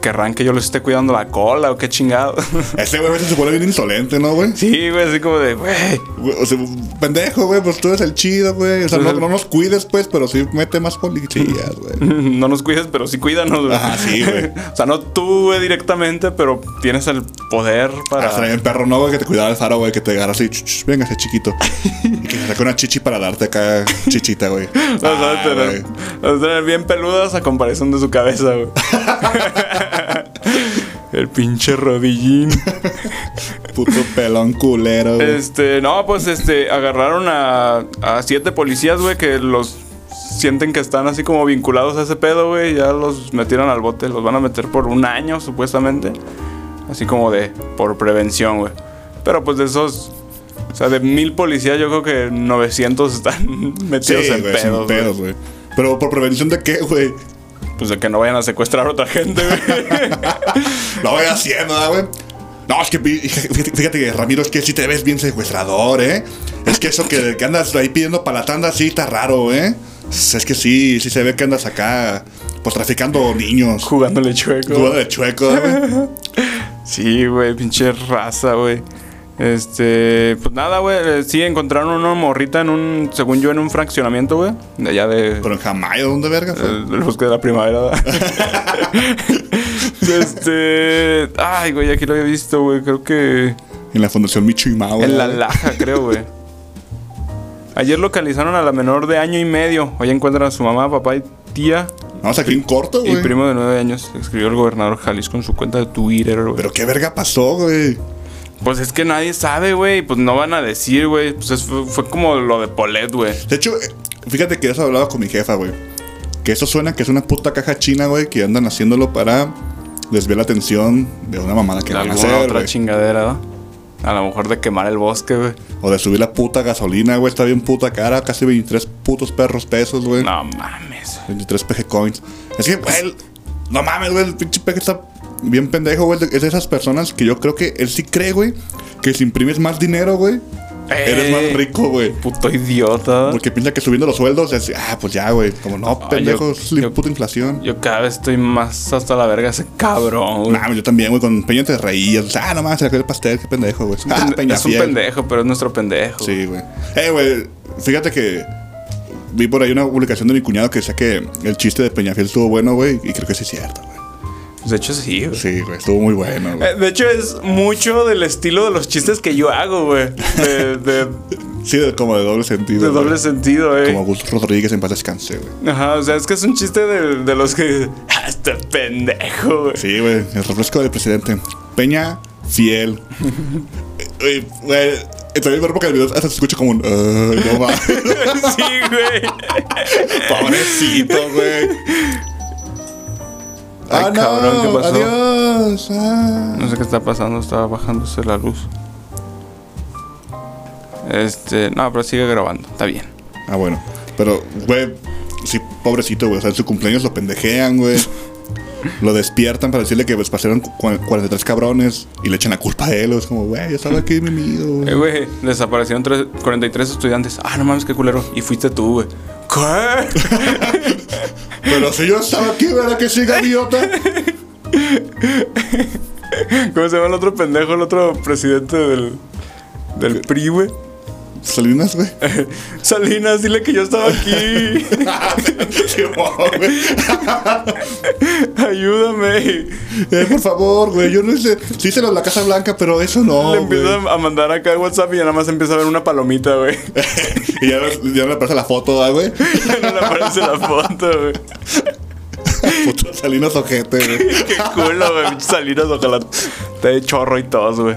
[SPEAKER 2] querrán que yo les esté cuidando la cola o qué chingado.
[SPEAKER 1] Ese güey a veces se pone bien insolente, ¿no, güey?
[SPEAKER 2] sí, güey, así como de, güey,
[SPEAKER 1] Güey, O sea, pendejo, güey, pues tú eres el chido, güey. O sea, no, no nos cuides, pues, pero sí mete más policías, güey.
[SPEAKER 2] no nos cuides, pero sí cuídanos. güey.
[SPEAKER 1] Ah, sí, güey.
[SPEAKER 2] o sea, no tú, güey, directamente, pero tienes el poder para...
[SPEAKER 1] Hasta el perro, ¿no, güey? Que te cuidaba el faro, güey, que te agarra así, "Ch, ch, véngase, chiquito. y que te saque una chichi para darte acá chichita, güey.
[SPEAKER 2] Las va a
[SPEAKER 1] Ah,
[SPEAKER 2] tener,
[SPEAKER 1] güey.
[SPEAKER 2] las va a tener bien peludas a comparación de su cabeza, güey. El pinche rodillín.
[SPEAKER 1] Puto pelón culero, güey.
[SPEAKER 2] Este, no, pues este, agarraron a, a siete policías, güey, que los sienten que están así como vinculados a ese pedo, güey. Ya los metieron al bote, los van a meter por un año, supuestamente. Así como de, por prevención, güey. Pero pues de esos, o sea, de mil policías, yo creo que 900 están
[SPEAKER 1] Sí,
[SPEAKER 2] metidos en
[SPEAKER 1] güey, sin
[SPEAKER 2] pedos, güey.
[SPEAKER 1] pedos, güey. Pero por prevención de qué, güey.
[SPEAKER 2] Pues de que no vayan a secuestrar a otra gente, güey.
[SPEAKER 1] Lo voy haciendo, ¿verdad, güey. No, es que pi- fíjate fíjate que Ramiro, es que sí te ves bien secuestrador, ¿eh? Es que eso que, que andas ahí pidiendo para la tanda sí está raro, ¿eh? Es que sí, sí se ve que andas acá, pues traficando niños.
[SPEAKER 2] Jugándole chueco.
[SPEAKER 1] Duda de chueco, ¿verdad, güey.
[SPEAKER 2] Sí, güey, pinche raza, güey. Este, pues nada, güey. eh, Sí, encontraron una morrita en un, según yo, en un fraccionamiento, güey. De allá de.
[SPEAKER 1] Pero en Jamaica, ¿dónde verga fue?
[SPEAKER 2] el, el bosque de la primavera. ¿verdad? este. Ay, güey, aquí lo había visto, güey. Creo que.
[SPEAKER 1] En la Fundación Micho y Mao.
[SPEAKER 2] En La
[SPEAKER 1] güey.
[SPEAKER 2] Laja, creo, güey. Ayer localizaron a la menor de año y medio. Hoy encuentran a su mamá, papá y tía.
[SPEAKER 1] Vamos aquí un corto,
[SPEAKER 2] Y
[SPEAKER 1] güey.
[SPEAKER 2] primo de nueve años, escribió el gobernador Jalisco en su cuenta de Twitter, güey.
[SPEAKER 1] Pero qué verga pasó, güey.
[SPEAKER 2] Pues es que nadie sabe, güey. Pues no van a decir, güey. Pues es- fue, fue como lo de Polet, güey.
[SPEAKER 1] De hecho, eh, fíjate que ya se hablaba con mi jefa, güey. Que eso suena que es una puta caja china, güey, que andan haciéndolo para desviar la atención de una mamada que
[SPEAKER 2] De
[SPEAKER 1] van a
[SPEAKER 2] alguna
[SPEAKER 1] hacer,
[SPEAKER 2] otra
[SPEAKER 1] güey.
[SPEAKER 2] chingadera, ¿no? A lo mejor de quemar el bosque, güey.
[SPEAKER 1] O de subir la puta gasolina, güey. Está bien puta cara. Casi 23 putos perros pesos, güey.
[SPEAKER 2] No mames.
[SPEAKER 1] 23 PG coins. Es que, güey, el- no mames, güey. El pinche PG está bien pendejo, güey. Es de esas personas que yo creo que él sí cree, güey, que si imprimes más dinero, güey, eres más
[SPEAKER 2] Eh,
[SPEAKER 1] rico, güey.
[SPEAKER 2] Puto idiota.
[SPEAKER 1] Porque piensa que subiendo los sueldos es, ah, pues ya, güey. Como no,
[SPEAKER 2] Ah,
[SPEAKER 1] pendejo,
[SPEAKER 2] yo-
[SPEAKER 1] es la
[SPEAKER 2] yo-
[SPEAKER 1] puta inflación.
[SPEAKER 2] Yo cada vez estoy más hasta la verga ese cabrón, güey.
[SPEAKER 1] Nah, Ah, yo también, güey, con Peña te reías. Ah, no mames, se le cayó el pastel, qué pendejo, güey. Ah, Peña
[SPEAKER 2] es un
[SPEAKER 1] Fiel.
[SPEAKER 2] pendejo, pero es nuestro pendejo.
[SPEAKER 1] Sí, güey. Eh, güey, fíjate que vi por ahí una publicación de mi cuñado que decía que el chiste de Peñafiel estuvo bueno, güey, y creo que sí es cierto, güey.
[SPEAKER 2] Pues De hecho, sí, güey.
[SPEAKER 1] Sí, güey, estuvo muy bueno, güey.
[SPEAKER 2] Eh, De hecho, es mucho del estilo de los chistes que yo hago, güey. De, de-
[SPEAKER 1] Sí, de- como de doble sentido.
[SPEAKER 2] de
[SPEAKER 1] güey.
[SPEAKER 2] doble sentido, eh.
[SPEAKER 1] Como Gus Rodríguez en paz descanse, güey.
[SPEAKER 2] Ajá, o sea, es que es un chiste de, de los que. ¡Ah, este pendejo, güey!
[SPEAKER 1] Sí, güey, el refresco del presidente. Peña Fiel. Eh, Güey, estoy bien porque el video hasta se escucha como un... "Ah, no mames".
[SPEAKER 2] Sí, güey.
[SPEAKER 1] Pobrecito, güey.
[SPEAKER 2] Ay,
[SPEAKER 1] Ah,
[SPEAKER 2] cabrón, ¿qué pasó?
[SPEAKER 1] Adiós. Ah.
[SPEAKER 2] No sé qué está pasando, estaba bajándose la luz. Este. No, pero sigue grabando, está bien.
[SPEAKER 1] Ah, bueno. Pero, güey, sí, pobrecito, güey. O sea, en su cumpleaños lo pendejean, güey. Lo despiertan para decirle que pues, pasaron cu- 43 cabrones y le echan la culpa a él. Es como, güey, yo estaba aquí bienvenido,
[SPEAKER 2] Eh,
[SPEAKER 1] güey.
[SPEAKER 2] güey, desaparecieron tres- 43 estudiantes. Ah, no mames, qué culero. Y fuiste tú, güey. ¿Qué?
[SPEAKER 1] Pero si yo estaba aquí, ¿verdad que sí, gaviota?
[SPEAKER 2] ¿Cómo se llama el otro pendejo, el otro presidente del. del PRI, güey?
[SPEAKER 1] Salinas, güey.
[SPEAKER 2] Salinas, dile que yo estaba aquí.
[SPEAKER 1] Sí, wow, güey.
[SPEAKER 2] Ayúdame.
[SPEAKER 1] Eh, por favor, güey. Yo no hice. Sí, hice lo de la Casa Blanca, pero eso no.
[SPEAKER 2] Le
[SPEAKER 1] güey.
[SPEAKER 2] empiezo a mandar acá WhatsApp y ya nada más empieza a ver una palomita, güey.
[SPEAKER 1] y ya, no- ya no le aparece la foto, ¿verdad, güey.
[SPEAKER 2] Ya no le aparece la foto, güey.
[SPEAKER 1] Puto Salinas ojete, güey.
[SPEAKER 2] Qué culo, güey. Pinche Salinas, ojalá te dé chorro y tos, güey.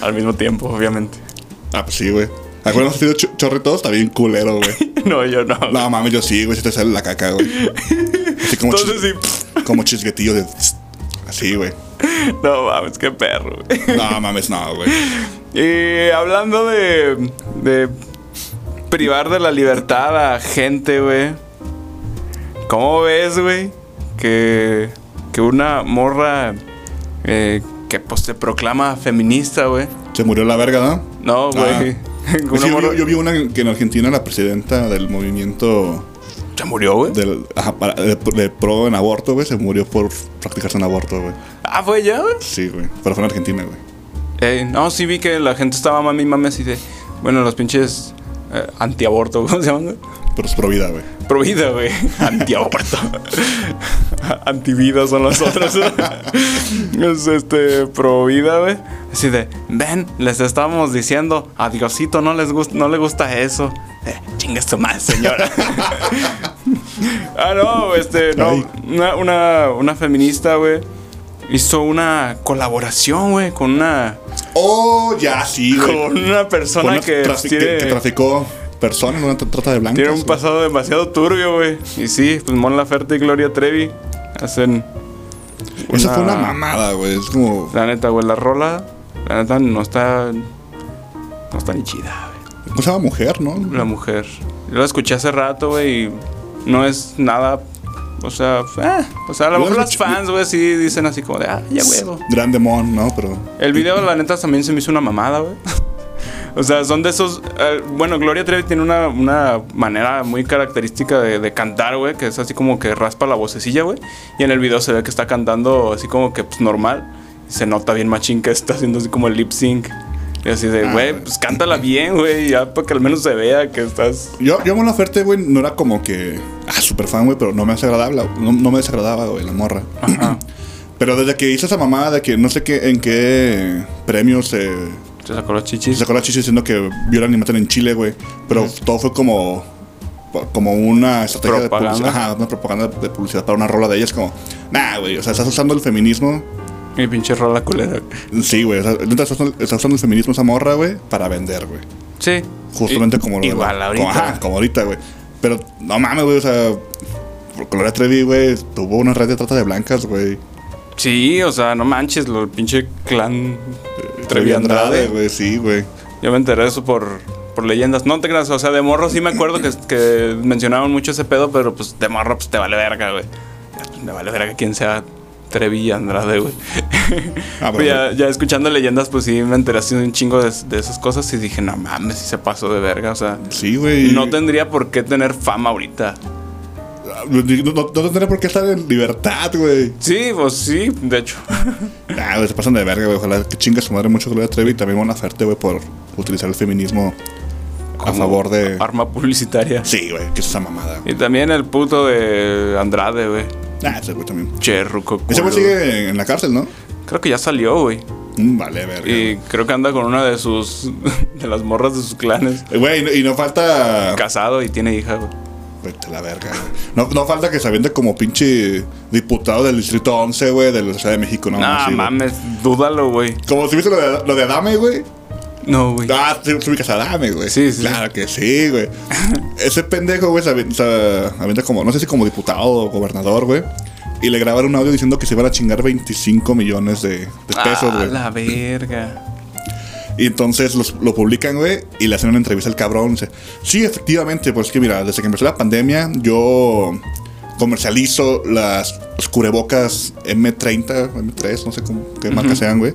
[SPEAKER 2] Al mismo tiempo, obviamente.
[SPEAKER 1] Ah, pues sí, güey. Acuérdate, has sido cho- chorro y todo, está bien culero, güey.
[SPEAKER 2] No, yo no.
[SPEAKER 1] No mames, yo sí, güey, si te sale la caca, güey. Así como,
[SPEAKER 2] Entonces
[SPEAKER 1] chis-
[SPEAKER 2] sí. pff,
[SPEAKER 1] como chisguetillo de. Así, güey.
[SPEAKER 2] No mames, qué perro, güey.
[SPEAKER 1] No mames, no, güey.
[SPEAKER 2] Y hablando de. de privar de la libertad a gente, güey. ¿Cómo ves, güey? Que, que una morra eh, que pues se proclama feminista, güey.
[SPEAKER 1] Se murió la verga, ¿no?
[SPEAKER 2] No, güey.
[SPEAKER 1] Es
[SPEAKER 2] Una
[SPEAKER 1] que Ah. yo,
[SPEAKER 2] morra-
[SPEAKER 1] vi- yo vi una que en Argentina la presidenta del movimiento
[SPEAKER 2] Se murió, güey.
[SPEAKER 1] del, ajá, para- de, de pro en aborto, güey, se murió por practicarse un aborto, güey.
[SPEAKER 2] Ah, fue ya, güey.
[SPEAKER 1] Sí, güey. Pero fue en Argentina, güey.
[SPEAKER 2] Ey, Eh, no, sí vi que la gente estaba mami, mami así de. Bueno, los pinches eh, antiaborto, ¿cómo se llaman, güey?
[SPEAKER 1] Pero es pro vida, güey.
[SPEAKER 2] Pro vida, güey. Antiaborto. Antivida son los otros. es este, pro vida, güey. Así de, ven, les estamos diciendo, a Diosito no les gusta, no le gusta eso. Eh, chingue su madre, señora. ah, no, este, no.
[SPEAKER 1] Ay.
[SPEAKER 2] Una, una, una feminista, güey. Hizo una colaboración, güey, con una,
[SPEAKER 1] Oh, ya, sí, güey.
[SPEAKER 2] con una persona
[SPEAKER 1] Con una
[SPEAKER 2] que,
[SPEAKER 1] trafi-
[SPEAKER 2] tiene,
[SPEAKER 1] que- que traficó personas, una tra- trata de blancas.
[SPEAKER 2] tiene un
[SPEAKER 1] güey.
[SPEAKER 2] pasado demasiado turbio, güey. Y sí, pues Mon Laferte y Gloria Trevi hacen.
[SPEAKER 1] Esa fue una
[SPEAKER 2] una-
[SPEAKER 1] mamada, güey. Es como.
[SPEAKER 2] La neta, güey, la rola, la neta, no está. No está ni chida, güey.
[SPEAKER 1] ¿Cómo se llama mujer, no?
[SPEAKER 2] La mujer. Yo la escuché hace rato, güey, y no es nada. O sea, eh, o sea, a lo
[SPEAKER 1] Yo la
[SPEAKER 2] mejor las
[SPEAKER 1] escuché-
[SPEAKER 2] fans, güey, sí dicen así como de, ah, ya huevo.
[SPEAKER 1] Grande Mon, ¿no? Pero.
[SPEAKER 2] El video, la neta, también se me hizo una mamada, güey. O sea, son de esos. eh, bueno, Gloria Trevi tiene una, una manera muy característica de, de cantar, güey, que es así como que raspa la vocecilla, güey. Y en el video se ve que está cantando así como que pues, normal. Y se nota bien machín que está haciendo así como el lip sync. Y así de,
[SPEAKER 1] Ah,
[SPEAKER 2] güey,
[SPEAKER 1] güey.
[SPEAKER 2] pues cántala bien, güey, ya para que al menos se vea que estás.
[SPEAKER 1] Yo, yo Mon Laferte, güey, no era como que. Ah, super fan, güey, pero no me desagradaba, no, no me desagradaba, güey, la morra.
[SPEAKER 2] Ajá.
[SPEAKER 1] Pero desde que hizo esa mamada de que no sé qué, en qué premio se
[SPEAKER 2] Se sacó los chichis.
[SPEAKER 1] sacó la chicha diciendo que violan y matan en Chile, güey. Pero todo fue como. Como una
[SPEAKER 2] Propaganda.
[SPEAKER 1] estrategia de publicidad. Ajá, una propaganda de publicidad para una rola de ellas. Como, nah, güey, o sea, estás usando el feminismo.
[SPEAKER 2] Y pinche rola culera.
[SPEAKER 1] Sí, güey, o sea, neta, estás usando- estás usando el feminismo esa morra, güey, para vender, güey.
[SPEAKER 2] Sí.
[SPEAKER 1] Justamente como lo de-
[SPEAKER 2] Igual ahorita.
[SPEAKER 1] Como, ajá, como ahorita, güey. Pero no mames, güey, o sea, Gloria Trevi, güey, tuvo una red de trata de blancas, güey.
[SPEAKER 2] Sí, o sea, no manches, lo el pinche clan Trevi
[SPEAKER 1] Trevi Andrade,
[SPEAKER 2] Andrade.
[SPEAKER 1] güey, sí, güey.
[SPEAKER 2] Yo me enteré de eso por, por leyendas. No te creas, o sea, de morro sí me acuerdo que, que mencionaban mucho ese pedo, pero pues de morro pues te vale verga, güey. Ya, pues, Me vale verga quien sea Trevi y Andrade, güey.
[SPEAKER 1] Ah,
[SPEAKER 2] Pues, ya,
[SPEAKER 1] pero-
[SPEAKER 2] ya escuchando leyendas, pues sí me enteré así de un chingo de, de esas cosas y dije, no mames, si se pasó de verga, o sea.
[SPEAKER 1] Sí, güey.
[SPEAKER 2] No tendría por qué tener fama ahorita.
[SPEAKER 1] Ah, No, no, no tendría por qué estar en libertad, güey.
[SPEAKER 2] Sí, pues sí, de hecho.
[SPEAKER 1] Ah, güey, se pasan de verga, güey. Ojalá que chingue su madre mucho Gloria Trevi y también Mon Laferte, güey, por utilizar el feminismo a
[SPEAKER 2] Como
[SPEAKER 1] favor de.
[SPEAKER 2] Arma publicitaria.
[SPEAKER 1] Sí, güey, que es esa mamada. güey.
[SPEAKER 2] Y también el puto de Andrade, güey.
[SPEAKER 1] Ah, ese güey también.
[SPEAKER 2] Che, ruco
[SPEAKER 1] Ese güey
[SPEAKER 2] culo.
[SPEAKER 1] sigue en la cárcel, ¿no?
[SPEAKER 2] Creo que ya salió, güey.
[SPEAKER 1] Mm, vale, verga.
[SPEAKER 2] Y creo que anda con una de sus. de las morras de sus clanes.
[SPEAKER 1] Güey, y no- y no falta.
[SPEAKER 2] Casado y tiene hija, güey.
[SPEAKER 1] Vete a la verga, güey. No, no falta que se aviente como pinche diputado del Distrito 11, güey, de la Ciudad de México, no
[SPEAKER 2] No,
[SPEAKER 1] sí, güey.
[SPEAKER 2] mames, dúdalo, güey.
[SPEAKER 1] Como si viste lo de, lo de Adame, güey.
[SPEAKER 2] No, güey.
[SPEAKER 1] Ah, sí, sí ubicas a Adame, güey.
[SPEAKER 2] Sí, sí,
[SPEAKER 1] Claro que sí, güey. Ese pendejo, güey, se avi- se avienta como, no sé si como diputado o gobernador, güey. Y le grabaron un audio diciendo que se iban a chingar 25 millones de, de pesos,
[SPEAKER 2] ah,
[SPEAKER 1] güey.
[SPEAKER 2] la verga.
[SPEAKER 1] Y entonces los- lo publican, güey, y le hacen una entrevista al cabrón. Dice, sí, efectivamente, pues es que mira, desde que empezó la pandemia, yo comercializo las los cubrebocas M30, M3, no sé cómo, qué marca sean, güey.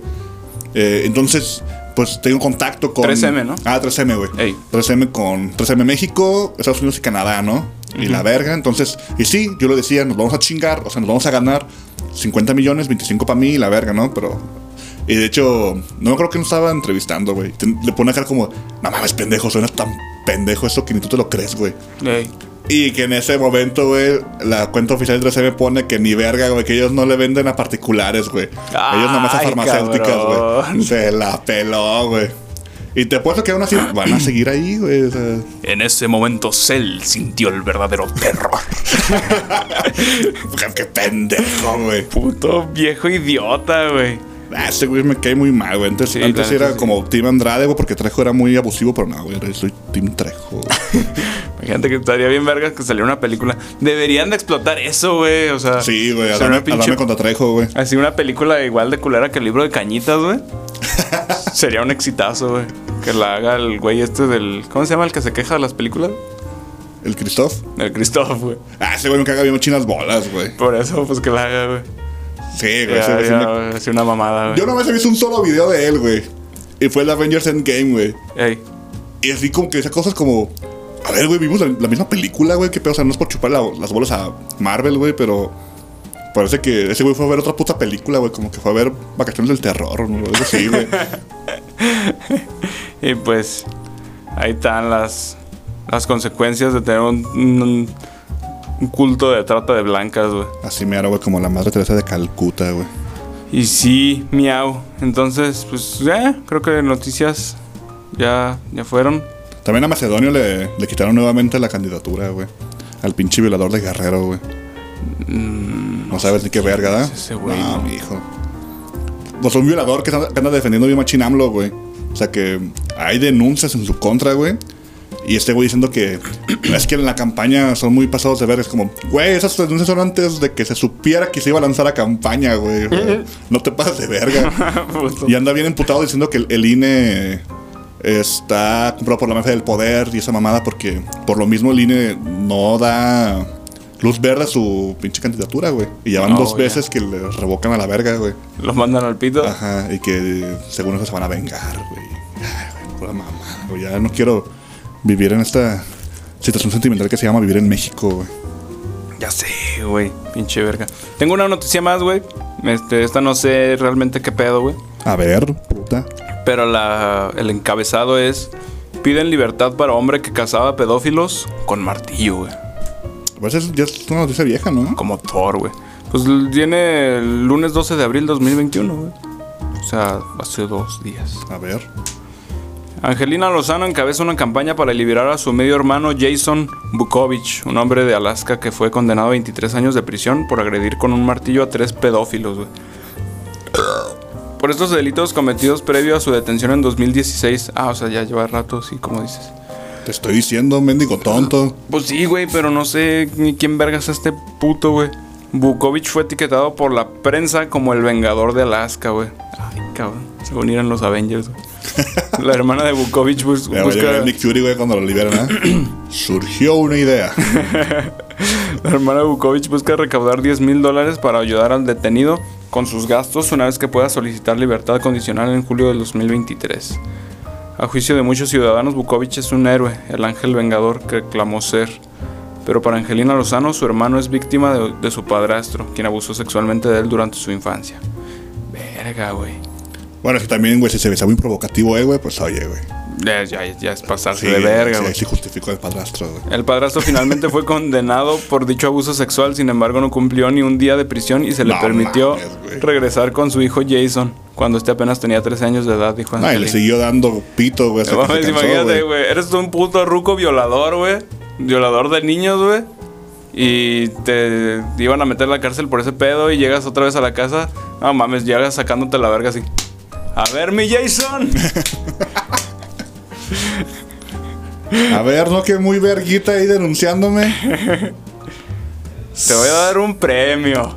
[SPEAKER 1] Eh, entonces, pues tengo contacto con...
[SPEAKER 2] 3M, ¿no?
[SPEAKER 1] Ah, 3M, güey.
[SPEAKER 2] Ey.
[SPEAKER 1] 3M con 3M México, Estados Unidos y Canadá, ¿no? Y la verga, entonces, y sí, yo lo decía, nos vamos a chingar, o sea, nos vamos a ganar 50 millones, 25 para mí y la verga, ¿no? Pero, y de hecho, no creo que nos estaba entrevistando, güey. Te- Le pone acá como, no mames, pendejo, suenas tan pendejo eso que ni tú te lo crees, güey.
[SPEAKER 2] Ey.
[SPEAKER 1] Y que en ese momento, güey, la cuenta oficial de 3M pone que ni verga, güey, que ellos no le venden a particulares, güey. Ellos nomás a
[SPEAKER 2] Ay,
[SPEAKER 1] farmacéuticas, güey.
[SPEAKER 2] cabrón.
[SPEAKER 1] Se la peló, güey. Y te puesto que aún así van a seguir ahí, güey. o sea.
[SPEAKER 2] En ese momento Cell sintió el verdadero terror.
[SPEAKER 1] Qué pendejo, güey.
[SPEAKER 2] Puto viejo idiota, güey.
[SPEAKER 1] Ah, ese güey me cae muy mal, güey. Antes,
[SPEAKER 2] Sí,
[SPEAKER 1] antes
[SPEAKER 2] la neta,
[SPEAKER 1] era
[SPEAKER 2] sí.
[SPEAKER 1] como Team Andrade, güey, porque Trejo era muy abusivo, pero no, güey, ahora soy Team Trejo. güey.
[SPEAKER 2] Imagínate que estaría bien vergas que saliera una película. Deberían de explotar eso, güey. O sea,
[SPEAKER 1] Sí, güey,
[SPEAKER 2] hacer
[SPEAKER 1] Adame,
[SPEAKER 2] una pinche
[SPEAKER 1] Adame contra Trejo, güey.
[SPEAKER 2] Así una película igual de culera que el libro de cañitas, güey. Sería un exitazo, güey. Que la haga el güey este del. ¿Cómo se llama el que se queja de las películas?
[SPEAKER 1] ¿El Christoph?
[SPEAKER 2] El Christoph, güey.
[SPEAKER 1] Ah, ese güey me caga bien chinas bolas, güey.
[SPEAKER 2] Por eso, pues que la haga, güey.
[SPEAKER 1] Sí, güey.
[SPEAKER 2] Ya,
[SPEAKER 1] ese güey sí
[SPEAKER 2] ya,
[SPEAKER 1] me-
[SPEAKER 2] güey, así una mamada, güey.
[SPEAKER 1] Yo nomás he visto un solo video de él, güey. Y fue el de Avengers Endgame, güey.
[SPEAKER 2] Ey,
[SPEAKER 1] Y así como que esas cosas como... A ver, güey, vimos la, la misma película, güey. Que pedo, o sea, no es por chupar la- las bolas a Marvel, güey, pero... Parece que ese güey fue a ver otra puta película, güey. Como que fue a ver Vacaciones del Terror, ¿no? Algo así, güey.
[SPEAKER 2] Y pues. Ahí están las. Las consecuencias de tener un. un- un culto de trata de blancas, güey.
[SPEAKER 1] Así me hará, güey, como la Madre Teresa de Calcuta, güey.
[SPEAKER 2] Y sí, miau. Entonces, pues, eh, creo que noticias ya, ya fueron.
[SPEAKER 1] También a Macedonio le, le quitaron nuevamente la candidatura, güey. Al pinche violador de Guerrero, güey. no sabes ni qué verga, ¿da?
[SPEAKER 2] Mm, ese güey,
[SPEAKER 1] No,
[SPEAKER 2] no.
[SPEAKER 1] mi hijo. Pues un violador que anda, que anda defendiendo bien machín AMLO, güey. O sea que hay denuncias en su contra, güey. Y este güey diciendo que es que en la campaña son muy pasados de verga. Es como, güey, esas denuncias son antes de que se supiera que se iba a lanzar a campaña, güey.
[SPEAKER 2] Eh,
[SPEAKER 1] O sea, no te pases de verga.
[SPEAKER 2] Puto.
[SPEAKER 1] Y anda bien emputado diciendo que el, el INE está comprado por la mafia del poder y esa mamada porque por lo mismo el INE no da luz verde a su pinche candidatura, güey. Y ya van
[SPEAKER 2] No,
[SPEAKER 1] dos
[SPEAKER 2] ya.
[SPEAKER 1] veces que le revocan a la verga, güey.
[SPEAKER 2] Los mandan al pito.
[SPEAKER 1] Ajá, y que según eso se van a vengar, güey. Ay, güey, pura mamada, güey. Ya no quiero vivir en esta situación sentimental que se llama vivir en México, güey.
[SPEAKER 2] Ya sé, güey. Pinche verga. Tengo una noticia más, güey. Este, esta no sé realmente qué pedo, güey.
[SPEAKER 1] A ver, puta.
[SPEAKER 2] Pero la, el encabezado es: Piden libertad para hombre que cazaba pedófilos con martillo, güey.
[SPEAKER 1] Pues es, ya es una noticia vieja, ¿no?
[SPEAKER 2] Como Thor, güey. Pues viene el lunes 12 de abril 2021, güey. O sea, hace dos días.
[SPEAKER 1] A ver.
[SPEAKER 2] Angelina Lozano encabeza una campaña para liberar a su medio hermano Jason Bukovich, un hombre de Alaska que fue condenado a 23 años de prisión por agredir con un martillo a tres pedófilos. güey. Por estos delitos cometidos previo a su detención en 2016. Ah, o sea, ya lleva rato, sí, como dices.
[SPEAKER 1] Te estoy diciendo, mendigo tonto.
[SPEAKER 2] Pues sí, güey, pero no sé ni quién vergas es este puto, güey. Bukovich fue etiquetado por la prensa como el Vengador de Alaska, güey. Ay, cabrón. Se unieron los Avengers, güey. La hermana de Bukovich bus-
[SPEAKER 1] Ya va a llegar
[SPEAKER 2] Pues busca...
[SPEAKER 1] el Nick Fury, güey, cuando lo liberan, ¿eh? Surgió una idea.
[SPEAKER 2] La hermana de Bukovich busca recaudar 10 mil dólares para ayudar al detenido con sus gastos una vez que pueda solicitar libertad condicional en julio del 2023. A juicio de muchos ciudadanos, Bukovich es un héroe, el ángel vengador que clamó ser. Pero para Angelina Lozano, su hermano es víctima de, de su padrastro, quien abusó sexualmente de él durante su infancia. Verga, güey.
[SPEAKER 1] Bueno, es que también, güey, si se besaba muy provocativo, eh, güey, pues oye, güey.
[SPEAKER 2] Ya, ya- ya es pasarse de verga,
[SPEAKER 1] sí,
[SPEAKER 2] güey.
[SPEAKER 1] ahí sí justificó el padrastro, güey.
[SPEAKER 2] El padrastro finalmente fue condenado por dicho abuso sexual, sin embargo no cumplió ni un día de prisión y se le
[SPEAKER 1] No
[SPEAKER 2] permitió
[SPEAKER 1] mames, güey.
[SPEAKER 2] regresar con su hijo Jason cuando este apenas tenía 13 años de edad, dijo
[SPEAKER 1] Ay, le
[SPEAKER 2] Angelina.
[SPEAKER 1] siguió dando pito, güey. hasta
[SPEAKER 2] Ah, No
[SPEAKER 1] que
[SPEAKER 2] mames,
[SPEAKER 1] se cansó,
[SPEAKER 2] imagínate,
[SPEAKER 1] güey.
[SPEAKER 2] güey, eres un puto ruco violador, güey, violador de niños, güey, y te iban a meter a la cárcel por ese pedo y llegas otra vez a la casa, no mames, llegas sacándote la verga así. A ver, mi Jason.
[SPEAKER 1] A ver, no, que muy verguita ahí denunciándome.
[SPEAKER 2] Te voy a dar un premio.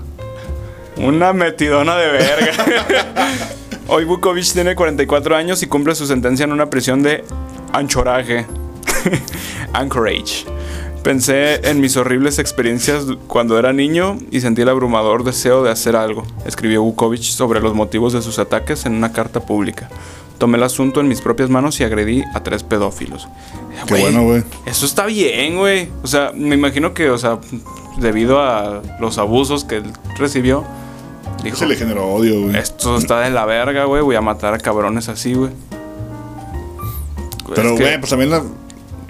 [SPEAKER 2] Una metidona de verga. Hoy Bukovic tiene 44 años y cumple su sentencia en una prisión de anchoraje. Anchorage. Pensé en mis horribles experiencias cuando era niño y sentí el abrumador deseo de hacer algo, escribió Bukovic sobre los motivos de sus ataques en una carta pública. Tomé el asunto en mis propias manos y agredí a tres pedófilos. Eh,
[SPEAKER 1] Qué
[SPEAKER 2] Güey,
[SPEAKER 1] bueno, güey.
[SPEAKER 2] eso está bien, güey. O sea, me imagino que, o sea, debido a los abusos que él recibió, dijo,
[SPEAKER 1] Se le generó odio, güey.
[SPEAKER 2] esto está de la verga, güey, voy a matar a cabrones así, güey.
[SPEAKER 1] Pero,
[SPEAKER 2] Es que-
[SPEAKER 1] güey, pues también la.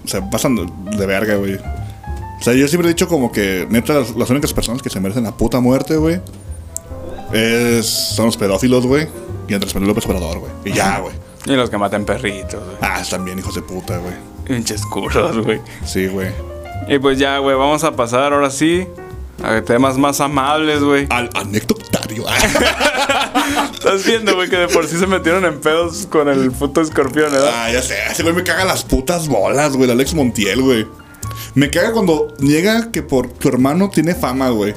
[SPEAKER 1] Se pasan de- de verga, güey. O sea, yo siempre he dicho como que, neta, las, las únicas personas que se merecen la puta muerte, güey, es, son los pedófilos, güey, y Andrés Manuel López Obrador, güey. Y ya, güey.
[SPEAKER 2] Y los que matan perritos, güey.
[SPEAKER 1] Ah, están bien, hijos de puta, güey.
[SPEAKER 2] Pinches culos, güey.
[SPEAKER 1] Sí, güey.
[SPEAKER 2] Y pues ya, güey, vamos a pasar ahora sí a temas más amables, güey.
[SPEAKER 1] Al anecdotario.
[SPEAKER 2] Estás viendo, güey, que de por sí se metieron en pedos con el puto escorpión, ¿verdad?
[SPEAKER 1] ah, ya sé. Ese güey me caga las putas bolas, güey. El Alex Montiel, güey. Me caga cuando
[SPEAKER 2] Ah.
[SPEAKER 1] niega que por tu hermano tiene fama, güey.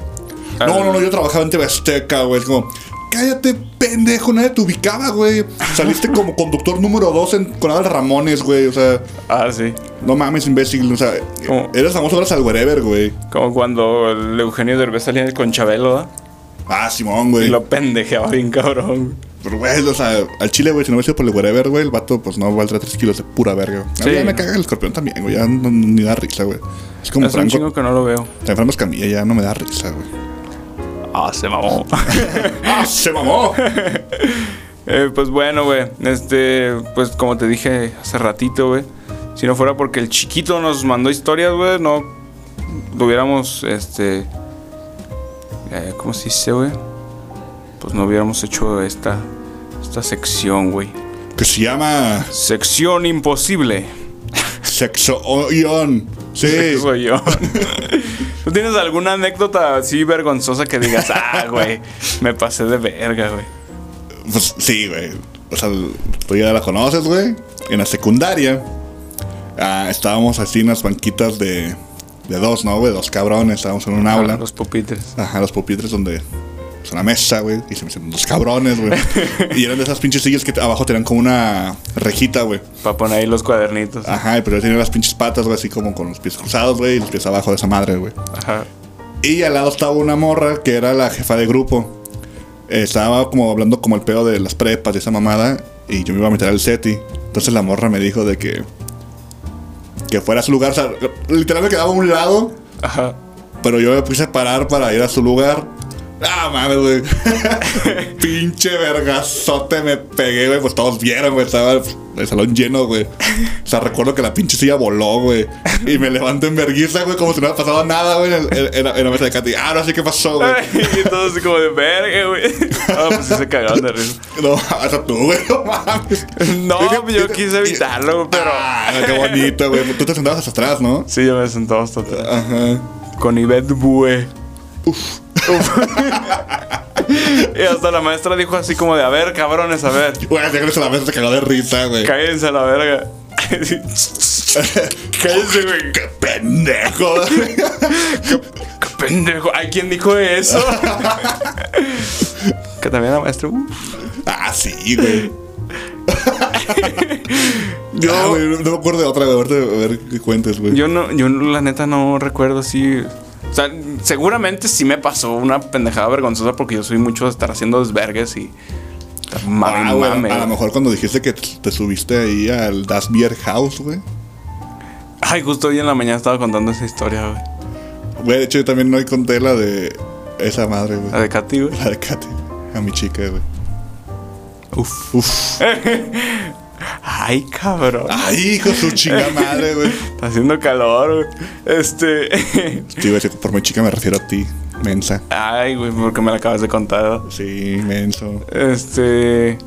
[SPEAKER 1] No, no, no, yo trabajaba en TV Azteca, güey. Es como, Cállate, pendejo, nadie te ubicaba, güey. Saliste como conductor número 2 en Conal Ramones, güey. O sea,
[SPEAKER 2] Ah, sí.
[SPEAKER 1] no mames, imbécil. O sea,
[SPEAKER 2] ¿Cómo?
[SPEAKER 1] eres famoso gracias al wherever, güey.
[SPEAKER 2] Como cuando el Eugenio Derbez salía con Chabelo, ¿da?
[SPEAKER 1] Ah, Simón,
[SPEAKER 2] Y
[SPEAKER 1] güey.
[SPEAKER 2] lo pendejeaba bien cabrón.
[SPEAKER 1] Pero, güey, o sea, al chile, güey, si no hubiese sido por el wherever, güey, el vato, pues no valdrá 3 kilos de pura verga. A mí
[SPEAKER 2] Sí,
[SPEAKER 1] ya me
[SPEAKER 2] no.
[SPEAKER 1] caga el escorpión también, güey. Ya no, ni da risa, güey. Es como
[SPEAKER 2] Hace un
[SPEAKER 1] Franco.
[SPEAKER 2] chingo que no lo veo.
[SPEAKER 1] Te enfermas Camilla, ya no me da risa, güey.
[SPEAKER 2] Ah, se mamó.
[SPEAKER 1] ¡Ah, se mamó!
[SPEAKER 2] Eh, pues bueno, güey. Este, pues como te dije hace ratito, güey. Si no fuera porque el chiquito nos mandó historias, güey, no tuviéramos, este. eh, ¿Cómo se dice, güey? Pues no hubiéramos hecho esta, esta sección, güey.
[SPEAKER 1] que se llama
[SPEAKER 2] Sección imposible.
[SPEAKER 1] Sexo Ion. Sí.
[SPEAKER 2] Ese Soy yo. ¿Tú tienes alguna anécdota así vergonzosa que digas, ah, güey, me pasé de verga, güey?
[SPEAKER 1] Pues sí, güey. O sea, tú ya la conoces, güey. En la secundaria ah, estábamos así en las banquitas de, de dos, ¿no, güey? Dos cabrones. Estábamos en un aula.
[SPEAKER 2] Los pupitres.
[SPEAKER 1] Ajá, los pupitres donde. Es una mesa, güey. Y se me hicieron dos cabrones, güey. y eran de esas pinches sillas que abajo tenían como una rejita, güey.
[SPEAKER 2] Para poner ahí los cuadernitos.
[SPEAKER 1] Ajá, pero yo tenía las pinches patas, güey, así como con los pies cruzados, güey, y los pies abajo de esa madre, güey.
[SPEAKER 2] Ajá.
[SPEAKER 1] Y al lado estaba una morra que era la jefa de grupo. Eh, Estaba como hablando como el pedo de las prepas de esa mamada. Y yo me iba a meter al SETI. Entonces la morra me dijo de que. Que fuera a su lugar. O sea, literal me quedaba a un lado.
[SPEAKER 2] Ajá.
[SPEAKER 1] Pero yo me puse a parar para ir a su lugar. Ah, mames, güey. Pinche vergazote me pegué, güey. Pues todos vieron, güey. Estaba el salón lleno, güey. O sea, recuerdo que la pinche silla voló, güey. Y me levanto en vergüenza, güey, como si no hubiera pasado nada, güey, en, el- en la- en la mesa de Katy. Ah, no sé qué pasó, güey.
[SPEAKER 2] y todos así como de verga, güey. Ah, pues sí se cagaron de risa.
[SPEAKER 1] No, hasta tú, güey. No mames.
[SPEAKER 2] No, pues
[SPEAKER 1] Dije,
[SPEAKER 2] yo
[SPEAKER 1] dije,
[SPEAKER 2] quise evitarlo, pero.
[SPEAKER 1] Ah, qué bonito, güey. Tú te sentabas hasta atrás, ¿no?
[SPEAKER 2] Sí, yo me sentaba hasta atrás.
[SPEAKER 1] Ajá.
[SPEAKER 2] Con Ivette Bue. Uf. y hasta la maestra dijo así como de, a ver, cabrones, a ver.
[SPEAKER 1] Güey, llegaste a la mesa, se cagó de risa, güey.
[SPEAKER 2] Cállense a la verga. Cállense, güey.
[SPEAKER 1] ¡Qué pendejo!
[SPEAKER 2] Qué pendejo. ¿Ay, quién dijo eso? que también la maestra. uh.
[SPEAKER 1] ah, sí, güey.
[SPEAKER 2] Yo-
[SPEAKER 1] Ah, güey, no, no me acuerdo de otra, güey. Ahorita A ver qué cuentes, güey.
[SPEAKER 2] Yo no, yo la neta no recuerdo así. O sea, seguramente sí me pasó una pendejada vergonzosa porque yo soy mucho de estar haciendo desvergues y. Mame,
[SPEAKER 1] Ah, güey,
[SPEAKER 2] mame.
[SPEAKER 1] a lo mejor cuando dijiste que te te subiste ahí al Das Beer House, güey.
[SPEAKER 2] Ay, justo hoy en la mañana estaba contando esa historia, güey.
[SPEAKER 1] Güey, de hecho, yo también no conté la de esa madre, güey.
[SPEAKER 2] La de Katy, güey.
[SPEAKER 1] La de Katy. A mi chica, güey.
[SPEAKER 2] Uf. Eh.
[SPEAKER 1] Uf.
[SPEAKER 2] Ay, cabrón.
[SPEAKER 1] Ay, hijo de su chingada madre, güey.
[SPEAKER 2] Está haciendo calor, güey. Este.
[SPEAKER 1] Sí, güey, por mi chica me refiero a ti, mensa.
[SPEAKER 2] Ay, güey, porque me la acabas de contar. ¿verdad?
[SPEAKER 1] Sí, menso.
[SPEAKER 2] Este.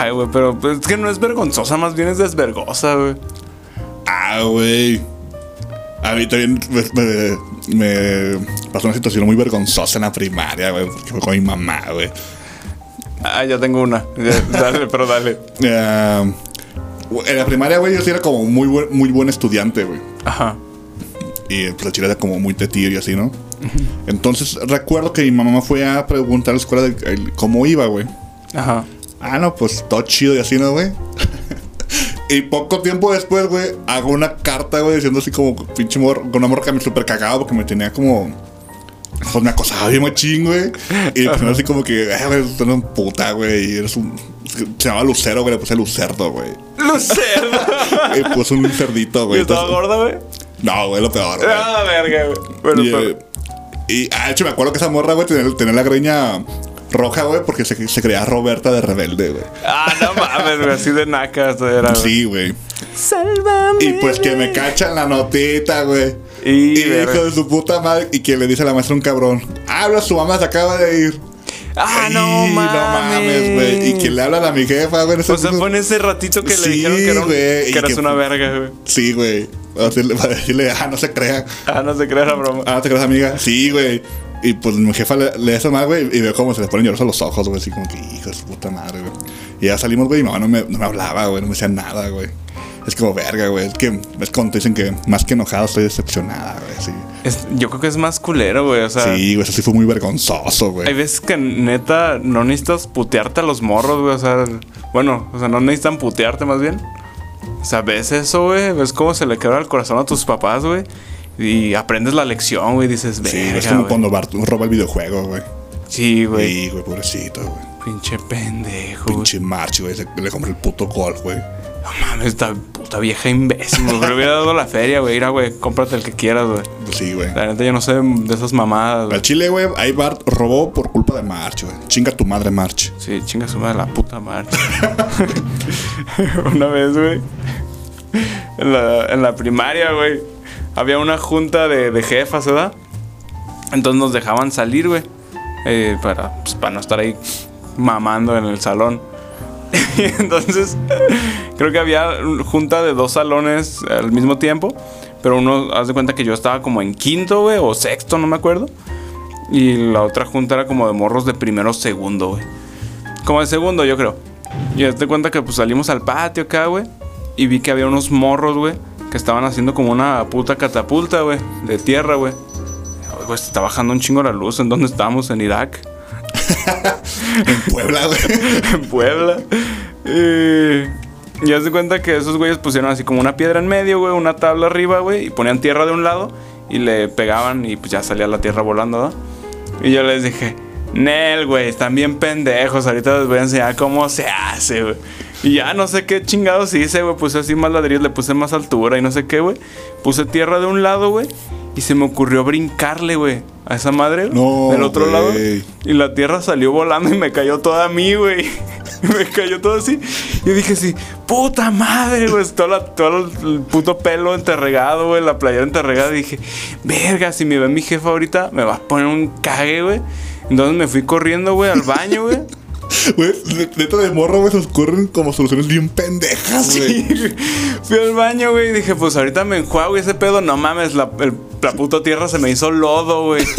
[SPEAKER 2] Ay, güey, pero pues, es que no es vergonzosa, más bien es desvergosa, güey.
[SPEAKER 1] Ah, güey. A mí también me, me- me pasó una situación muy vergonzosa en la primaria, güey, porque fue con mi mamá, güey.
[SPEAKER 2] Ah, ya tengo una. Ya, dale, pero dale.
[SPEAKER 1] Ah, güey, en la primaria, güey, yo sí era como muy buen, muy buen estudiante, güey.
[SPEAKER 2] Ajá.
[SPEAKER 1] Y pues, la chile era como muy tetillo y así, ¿no? Entonces, recuerdo que mi mamá fue a preguntar a la escuela de- el- cómo iba, güey.
[SPEAKER 2] Ajá.
[SPEAKER 1] Ah, no, pues todo chido y así, ¿no, güey? y poco tiempo después, güey, hago una carta, güey, diciendo así como pinche mor con una morra que me super cagaba porque me tenía como. Pues me acosaba bien machín, güey. Y pues así como que, ay, güey, tú eres un puta, güey. Y eres un. Se llamaba Lucero, güey, le puse Lucerdo, güey.
[SPEAKER 2] Lucerna.
[SPEAKER 1] Y puse un cerdito,
[SPEAKER 2] ¿Y
[SPEAKER 1] güey.
[SPEAKER 2] estaba
[SPEAKER 1] Entonces-
[SPEAKER 2] gorda, güey?
[SPEAKER 1] No, güey, lo peor, güey.
[SPEAKER 2] Ah, verga, güey. Bueno,
[SPEAKER 1] Y, eh,
[SPEAKER 2] pero.
[SPEAKER 1] y, ah, de hecho, me acuerdo que esa morra, güey, tenía, tenía la greña roja, güey, porque se, se creía Roberta de rebelde, güey.
[SPEAKER 2] Ah, no mames, güey. Así de naca hasta era. güey.
[SPEAKER 1] Sí, güey.
[SPEAKER 2] Sálvame.
[SPEAKER 1] Y pues que me cachan la notita, güey.
[SPEAKER 2] Y,
[SPEAKER 1] Y,
[SPEAKER 2] verga.
[SPEAKER 1] hijo de su puta madre. Y que le dice a la maestra un cabrón. Habla, su mamá se acaba de ir.
[SPEAKER 2] Ah,
[SPEAKER 1] Y
[SPEAKER 2] no mames.
[SPEAKER 1] güey. Y que le hablan a mi jefa, güey. en ese
[SPEAKER 2] O sea,
[SPEAKER 1] punto.
[SPEAKER 2] fue en ese ratito que le
[SPEAKER 1] Sí,
[SPEAKER 2] dijeron que, era un-
[SPEAKER 1] güey,
[SPEAKER 2] que
[SPEAKER 1] y
[SPEAKER 2] eras
[SPEAKER 1] que-
[SPEAKER 2] una verga, güey.
[SPEAKER 1] Sí, güey. O sea, le- para decirle, ah, no se crea.
[SPEAKER 2] Ah, no se crea la broma.
[SPEAKER 1] Ah, no te creas, amiga. Sí, güey. Y pues mi jefa le, le hace mal, güey. Y veo cómo se le ponen llorosos los ojos, güey. Así como que, hijo de su puta madre, güey. Y ya salimos, güey. Y mi mamá no me, no me hablaba, güey. No me decía nada, güey. Es como verga, güey. Es que es cuando te dicen que más que enojado estoy decepcionada, güey. Así.
[SPEAKER 2] Es- yo creo que es más culero, güey. O sea,
[SPEAKER 1] Sí, güey, eso sí fue muy vergonzoso,
[SPEAKER 2] hay
[SPEAKER 1] güey.
[SPEAKER 2] veces que neta no necesitas putearte a los morros, güey. O sea, bueno, o sea, no necesitan putearte más bien. O sea, ves eso, güey. Ves cómo se le quebra el corazón a tus papás, güey. Y aprendes la lección, güey. Dices,
[SPEAKER 1] Sí,
[SPEAKER 2] verga,
[SPEAKER 1] es como
[SPEAKER 2] güey".
[SPEAKER 1] cuando Bart roba el videojuego, güey.
[SPEAKER 2] Sí, güey.
[SPEAKER 1] Sí, güey, pobrecito, güey.
[SPEAKER 2] Pinche pendejo. güey.
[SPEAKER 1] Pinche March, güey. se- Le compró el puto golf, güey.
[SPEAKER 2] No mames, esta puta vieja imbécil. Me hubiera dado la feria, güey. Mira, güey, cómprate el que quieras, güey.
[SPEAKER 1] Sí, güey.
[SPEAKER 2] La neta, yo no sé de esas mamadas,
[SPEAKER 1] Al
[SPEAKER 2] güey.
[SPEAKER 1] chile, güey, ahí Bart robó por culpa de March, güey. Chinga tu madre, March.
[SPEAKER 2] Sí, chinga su madre la puta madre. una vez, güey. En la, en la primaria, güey. Había una junta de, de jefas, ¿verdad? Entonces nos dejaban salir, güey. eh, para, pues, para no estar ahí mamando en el salón. Y entonces, creo que había un- junta de dos salones al mismo tiempo. Pero uno, haz de cuenta que yo estaba como en quinto, güey, o sexto, no me acuerdo. Y la otra junta era como de morros de primero segundo, güey. Como de segundo, yo creo. Y haz de cuenta que pues salimos al patio acá, güey. Y vi que había unos morros, güey, que estaban haciendo como una puta catapulta, güey, de tierra, güey. Ay, Güey, se está bajando un chingo la luz. ¿En dónde estábamos? En Irak.
[SPEAKER 1] En Puebla, güey.
[SPEAKER 2] en Puebla. Y, y haz de cuenta que esos güeyes pusieron así como una piedra en medio, güey, una tabla arriba, güey, y ponían tierra de un lado y le pegaban y pues ya salía la tierra volando, ¿verdad? Y yo les dije, Nel, güey, están bien pendejos, ahorita les voy a enseñar cómo se hace, güey. Y ya no sé qué chingados hice, güey, puse así más ladrillos, le puse más altura y no sé qué, güey. Puse tierra de un lado, güey, y se me ocurrió brincarle, güey, a esa madre
[SPEAKER 1] No,
[SPEAKER 2] del otro
[SPEAKER 1] güey.
[SPEAKER 2] lado. Y la tierra salió volando y me cayó toda a mí, güey. me cayó todo así. Yo dije así, puta madre, güey. Todo, la- todo el puto pelo enterregado, güey. La playera enterregada. Y dije, verga, si me ve mi jefa ahorita, me va a poner un cague, güey. Entonces me fui corriendo, güey, al baño, güey.
[SPEAKER 1] Güey, ne- neta de morro, güey, se ocurren como soluciones bien pendejas, güey.
[SPEAKER 2] Fui al baño, güey, y dije, pues ahorita me enjuago y ese pedo, no mames, la, el- la puta tierra se me hizo lodo, güey.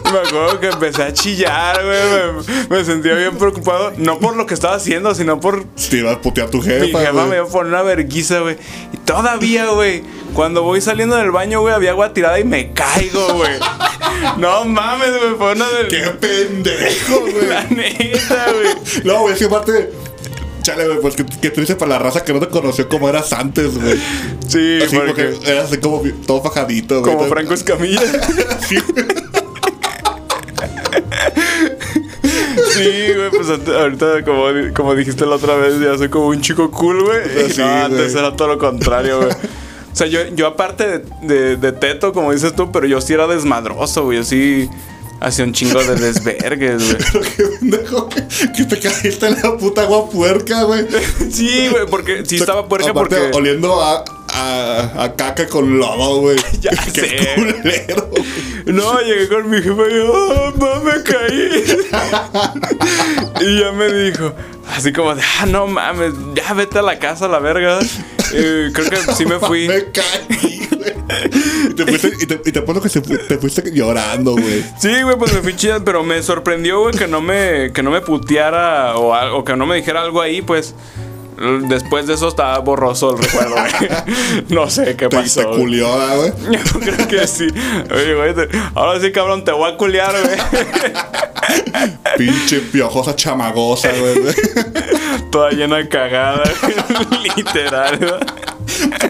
[SPEAKER 2] Y Me acuerdo que empecé a chillar, güey. Me, me sentía bien preocupado. No por lo que estaba haciendo, sino por
[SPEAKER 1] Te iba a putear tu jefa,
[SPEAKER 2] mi jefa
[SPEAKER 1] güey.
[SPEAKER 2] me iba a poner una verguiza, güey. Y todavía, güey, cuando voy saliendo del baño, güey, había agua tirada y me caigo, güey. No mames, güey, fue una del...
[SPEAKER 1] ¡Qué pendejo,
[SPEAKER 2] La
[SPEAKER 1] güey!
[SPEAKER 2] neta, güey.
[SPEAKER 1] No, güey, es que aparte... Chale, güey, pues qué, qué triste para la raza que no te conoció como eras antes, güey.
[SPEAKER 2] Sí,
[SPEAKER 1] Así
[SPEAKER 2] porque...
[SPEAKER 1] porque eras así como bien- todo fajadito, güey.
[SPEAKER 2] Como Franco Escamilla.
[SPEAKER 1] Sí,
[SPEAKER 2] Sí, güey, pues ante- ahorita, como, di- como dijiste la otra vez, ya soy como un chico cool, güey. Y
[SPEAKER 1] sí,
[SPEAKER 2] no, antes
[SPEAKER 1] güey.
[SPEAKER 2] era todo lo contrario, güey. O sea, yo, yo aparte de, de- de teto, como dices tú, pero yo sí era desmadroso, güey. Yo sí hacía un chingo de desvergues, güey.
[SPEAKER 1] pero qué pendejo que, que te caíste en la puta agua puerca, güey.
[SPEAKER 2] Sí, güey, porque sí estaba puerca
[SPEAKER 1] Aparte,
[SPEAKER 2] porque...
[SPEAKER 1] oliendo a, a, a caca con lodo, güey.
[SPEAKER 2] Ya
[SPEAKER 1] qué
[SPEAKER 2] sé.
[SPEAKER 1] culero, güey.
[SPEAKER 2] No, llegué con mi jefe y yo, "Oh, ma, me caí. y ya me dijo, así como de, ah, no mames, ya vete a la casa a la verga. Eh, creo que sí me fui.
[SPEAKER 1] Me caí, güey. Y te fuiste, y te, y te apuesto que se fu- te fuiste llorando, güey.
[SPEAKER 2] Sí, güey, pues me fui chida, pero me sorprendió, güey, que no me, que no me puteara o, al- o que no me dijera algo ahí, pues. l- Después de eso estaba borroso el recuerdo, güey. No sé qué
[SPEAKER 1] Te,
[SPEAKER 2] pasó.
[SPEAKER 1] te
[SPEAKER 2] güey.
[SPEAKER 1] culió, ¿verdad, güey.
[SPEAKER 2] Yo creo que sí. Oye, güey, te- ahora sí, cabrón, te voy a culiar, güey.
[SPEAKER 1] Pinche piojosa chamagosa, güey.
[SPEAKER 2] Toda llena de cagada, güey. literal, ¿verdad?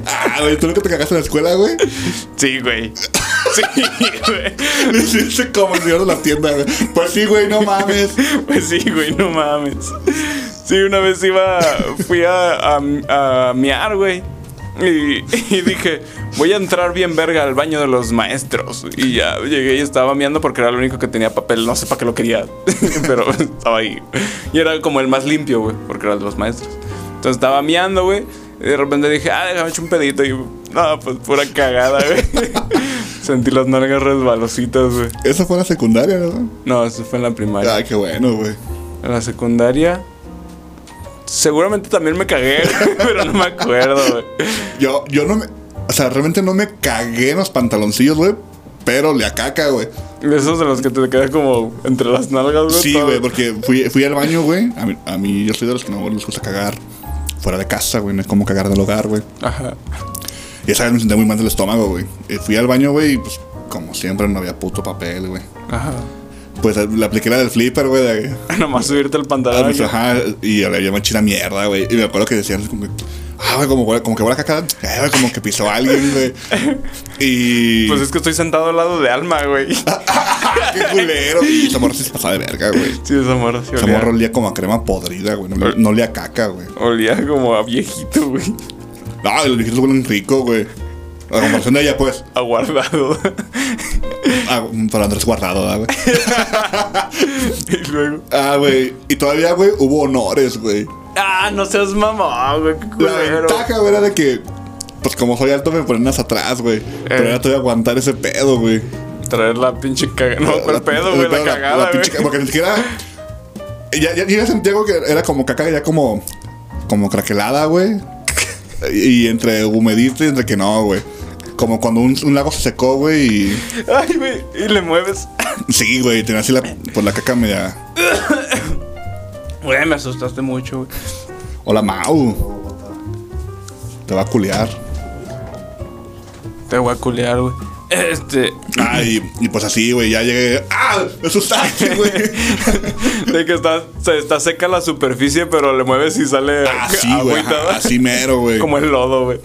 [SPEAKER 1] Ah, güey, tú nunca te cagaste en la escuela, güey.
[SPEAKER 2] Sí, güey. Sí, güey.
[SPEAKER 1] Le hiciste como el señor de la tienda, güey. Pues sí, güey, no mames.
[SPEAKER 2] Pues sí, güey, no mames. Sí, una vez iba, fui a, a- a miar, güey. Y, y dije, voy a entrar bien verga al baño de los maestros. Y ya llegué y estaba miando porque era lo único que tenía papel. No sé para qué lo quería, pero estaba ahí. Y era como el más limpio, güey, porque era el de los maestros. Entonces estaba miando, güey. Y de repente dije, ah, déjame echar un pedito. Y no, pues pura cagada, güey. Sentí las nalgas resbalositas, güey.
[SPEAKER 1] Esa fue la secundaria, ¿no?
[SPEAKER 2] No, eso fue en la primaria.
[SPEAKER 1] Ay, qué bueno, güey.
[SPEAKER 2] En la secundaria. Seguramente también me cagué, pero no me acuerdo, güey.
[SPEAKER 1] Yo, yo no me. O sea, realmente no me cagué en los pantaloncillos, güey. Pero le a caca, güey.
[SPEAKER 2] Esos de los que te quedas como entre las nalgas, güey.
[SPEAKER 1] Sí,
[SPEAKER 2] todo.
[SPEAKER 1] güey, porque fui, fui al baño, güey. A mí, a mí, yo soy de los que no les gusta cagar fuera de casa, güey. No es como cagar del hogar, güey.
[SPEAKER 2] Ajá.
[SPEAKER 1] Y esa vez me senté muy mal del estómago, güey. Y fui al baño, güey, y pues, como siempre, no había puto papel, güey.
[SPEAKER 2] Ajá.
[SPEAKER 1] Pues le apliqué la del flipper, güey. de-
[SPEAKER 2] Nomás subirte el
[SPEAKER 1] Ah,
[SPEAKER 2] pantalón.
[SPEAKER 1] pues, ajá, y ahora yo me eché la mierda, güey. Y me acuerdo que decían como que, ah, güey, como, huele- como que huele a caca, eh, güey, como que pisó a alguien, güey. Y.
[SPEAKER 2] Pues es que estoy sentado al lado de Alma, güey. Sí,
[SPEAKER 1] qué culero. Y esa morra sí se pasaba de verga, güey.
[SPEAKER 2] esa morra sí
[SPEAKER 1] Esa
[SPEAKER 2] olía.
[SPEAKER 1] morra olía como a crema podrida, güey. No, no olía a caca, güey. Ah,
[SPEAKER 2] Olía como a viejito, güey.
[SPEAKER 1] No, y los viejitos huelen rico, güey. A comparación de ella, pues.
[SPEAKER 2] Aguardado.
[SPEAKER 1] Ah, para Andrés Guardado, ¿verdad, güey.
[SPEAKER 2] y luego.
[SPEAKER 1] Ah, güey. Y todavía, güey, hubo honores, güey.
[SPEAKER 2] Ah, no seas mamón, güey. Qué
[SPEAKER 1] La
[SPEAKER 2] culero.
[SPEAKER 1] ventaja, güey, era de que. Pues como soy alto me ponen hasta atrás, güey.
[SPEAKER 2] Eh.
[SPEAKER 1] Pero era todavía aguantar ese pedo, güey.
[SPEAKER 2] Traer la pinche cagada. No,
[SPEAKER 1] La-
[SPEAKER 2] ¿cuál pedo,
[SPEAKER 1] el
[SPEAKER 2] güey? La
[SPEAKER 1] pedo,
[SPEAKER 2] cagada, güey.
[SPEAKER 1] pinche ca- Porque ni siquiera. Ya, ya, ya sentía algo que era como caca, ya como. Como craquelada, güey. Y, y entre humedito y entre que no, güey. Como cuando un, un lago se secó, güey. Y.
[SPEAKER 2] Ay, güey. Y le mueves.
[SPEAKER 1] Sí, güey, tenía así la, pues, la caca media.
[SPEAKER 2] Güey, me asustaste mucho, güey.
[SPEAKER 1] Hola, Mau. Te va a culear.
[SPEAKER 2] Te voy a culear, güey. Este.
[SPEAKER 1] Ay, y pues así, güey, ya llegué. ¡Ah! Me asustaste, güey.
[SPEAKER 2] De que está, se- está seca la superficie, pero le mueves y sale
[SPEAKER 1] Así, Ah, güey.
[SPEAKER 2] agüita,
[SPEAKER 1] ajá,
[SPEAKER 2] ¿va?
[SPEAKER 1] Así mero, güey.
[SPEAKER 2] Como el lodo, güey.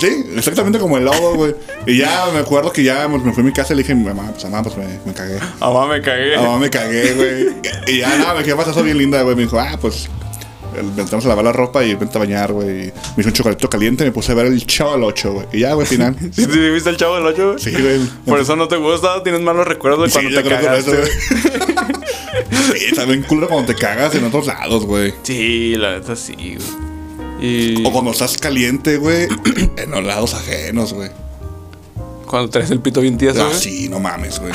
[SPEAKER 1] Sí, exactamente como el lobo, güey. Y ya me acuerdo que ya me me fui a mi casa y le dije a mi mamá, pues mamá, pues me, me cagué.
[SPEAKER 2] Mamá, me cagué.
[SPEAKER 1] A Ah, mamá me cagué, güey. Y ya, nada, me quedé pasando bien linda, güey. Me dijo, ah, pues el- entramos a lavar la ropa y vente a bañar, güey. Y Me hizo un chocolatito caliente y me puse a ver el chavo al 8, güey. Y ya, güey, al final.
[SPEAKER 2] ¿Sí, sí viste el chavo del 8, güey?
[SPEAKER 1] Sí, güey.
[SPEAKER 2] Por eso no te gusta, tienes malos recuerdos de
[SPEAKER 1] Sí,
[SPEAKER 2] cuando
[SPEAKER 1] yo
[SPEAKER 2] te
[SPEAKER 1] creo que por eso,
[SPEAKER 2] cagaste. güey.
[SPEAKER 1] güey. Sí, está bien culo cuando te cagas en otros lados, güey.
[SPEAKER 2] Sí, la neta sí, güey. Y
[SPEAKER 1] O cuando estás caliente, güey, en los lados ajenos, güey.
[SPEAKER 2] cuando traes el pito bien tieso,
[SPEAKER 1] Ah,
[SPEAKER 2] güey.
[SPEAKER 1] sí, no mames, güey.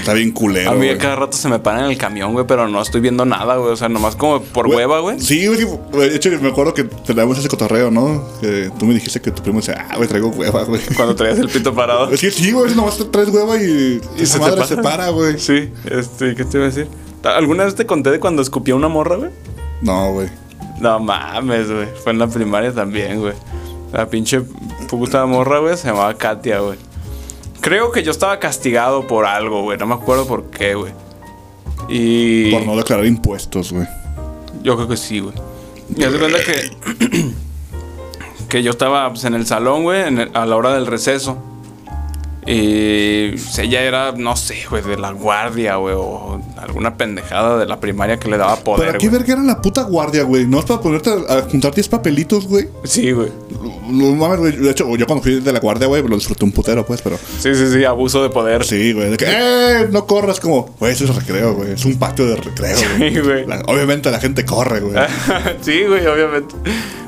[SPEAKER 1] Está bien culero,
[SPEAKER 2] A mí a
[SPEAKER 1] güey.
[SPEAKER 2] cada rato se me paran en el camión, güey, pero no estoy viendo nada, güey. O sea, nomás como por
[SPEAKER 1] Güey,
[SPEAKER 2] hueva, güey.
[SPEAKER 1] Sí, güey. güey, De hecho, me acuerdo que teníamos ese cotorreo, ¿no? Que tú me dijiste que tu primo decía, ah, güey, traigo hueva, güey.
[SPEAKER 2] Cuando traías el pito parado.
[SPEAKER 1] Es que sí, güey, nomás te traes hueva y,
[SPEAKER 2] Y
[SPEAKER 1] esa
[SPEAKER 2] se te
[SPEAKER 1] madre
[SPEAKER 2] pasa.
[SPEAKER 1] se para, güey.
[SPEAKER 2] Sí, este, ¿qué te iba a decir? ¿Alguna vez te conté de cuando escupí a una morra, güey?
[SPEAKER 1] No, güey.
[SPEAKER 2] No mames, güey. Fue en la primaria también, güey. La pinche puta morra, güey, se llamaba Katia, güey. Creo que yo estaba castigado por algo, güey. No me acuerdo por qué, güey. Y.
[SPEAKER 1] Por no declarar impuestos, güey.
[SPEAKER 2] Yo creo que sí, güey. Y haz de cuenta que. que yo estaba pues, en el salón, güey, en el- a la hora del receso. Y pues, ella era, no sé, güey, de la guardia, güey, o alguna pendejada de la primaria que le daba poder.
[SPEAKER 1] ¿Para qué
[SPEAKER 2] güey.
[SPEAKER 1] verga era la puta guardia, güey? No es para ponerte a a juntar 10 papelitos, güey.
[SPEAKER 2] Sí, güey.
[SPEAKER 1] No mames, güey. De hecho, yo cuando fui de la guardia, güey, lo disfruté un putero, pues, pero.
[SPEAKER 2] Sí, sí, sí, abuso de poder.
[SPEAKER 1] Sí, güey. De que, ¡eh! No corras como, güey, eso es recreo, güey. Es un patio de recreo, güey.
[SPEAKER 2] Sí, güey. Ah,
[SPEAKER 1] La- obviamente la gente corre, güey.
[SPEAKER 2] sí, güey, obviamente.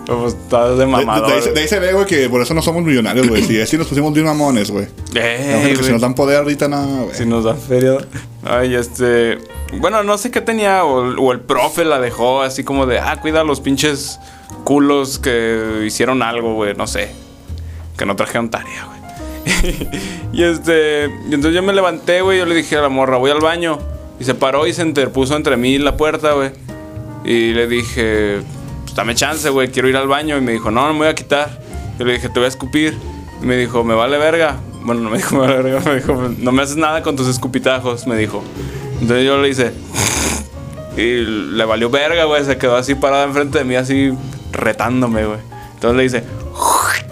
[SPEAKER 2] Pero, Pues estás de
[SPEAKER 1] De, de-
[SPEAKER 2] mamador.
[SPEAKER 1] de ahí, se- de ahí se ve, güey, que por eso no somos millonarios, güey. Si así nos pusimos bien mamones, güey.
[SPEAKER 2] güey. Ey,
[SPEAKER 1] Imagínate que
[SPEAKER 2] güey,
[SPEAKER 1] si nos dan poder ahorita, no, güey.
[SPEAKER 2] si nos da feria. Ay, este. Bueno, no sé qué tenía. O, o el profe la dejó así como de, ah, cuida los pinches culos que hicieron algo, güey. No sé. Que no trajeron tarea, güey. y este. Y entonces yo me levanté, güey. Yo le dije a la morra, voy al baño. Y se paró y se interpuso entre mí y la puerta, güey. Y le dije, pues dame chance, güey, quiero ir al baño. Y me dijo, no, no me voy a quitar. Yo le dije, te voy a escupir. Y me dijo, me vale verga. Bueno, no me dijo, me vale verga. Me dijo, no me haces nada con tus escupitajos, me dijo. Entonces yo le hice. Y le valió verga, güey. Se quedó así parada enfrente de mí, así retándome, güey. Entonces le hice.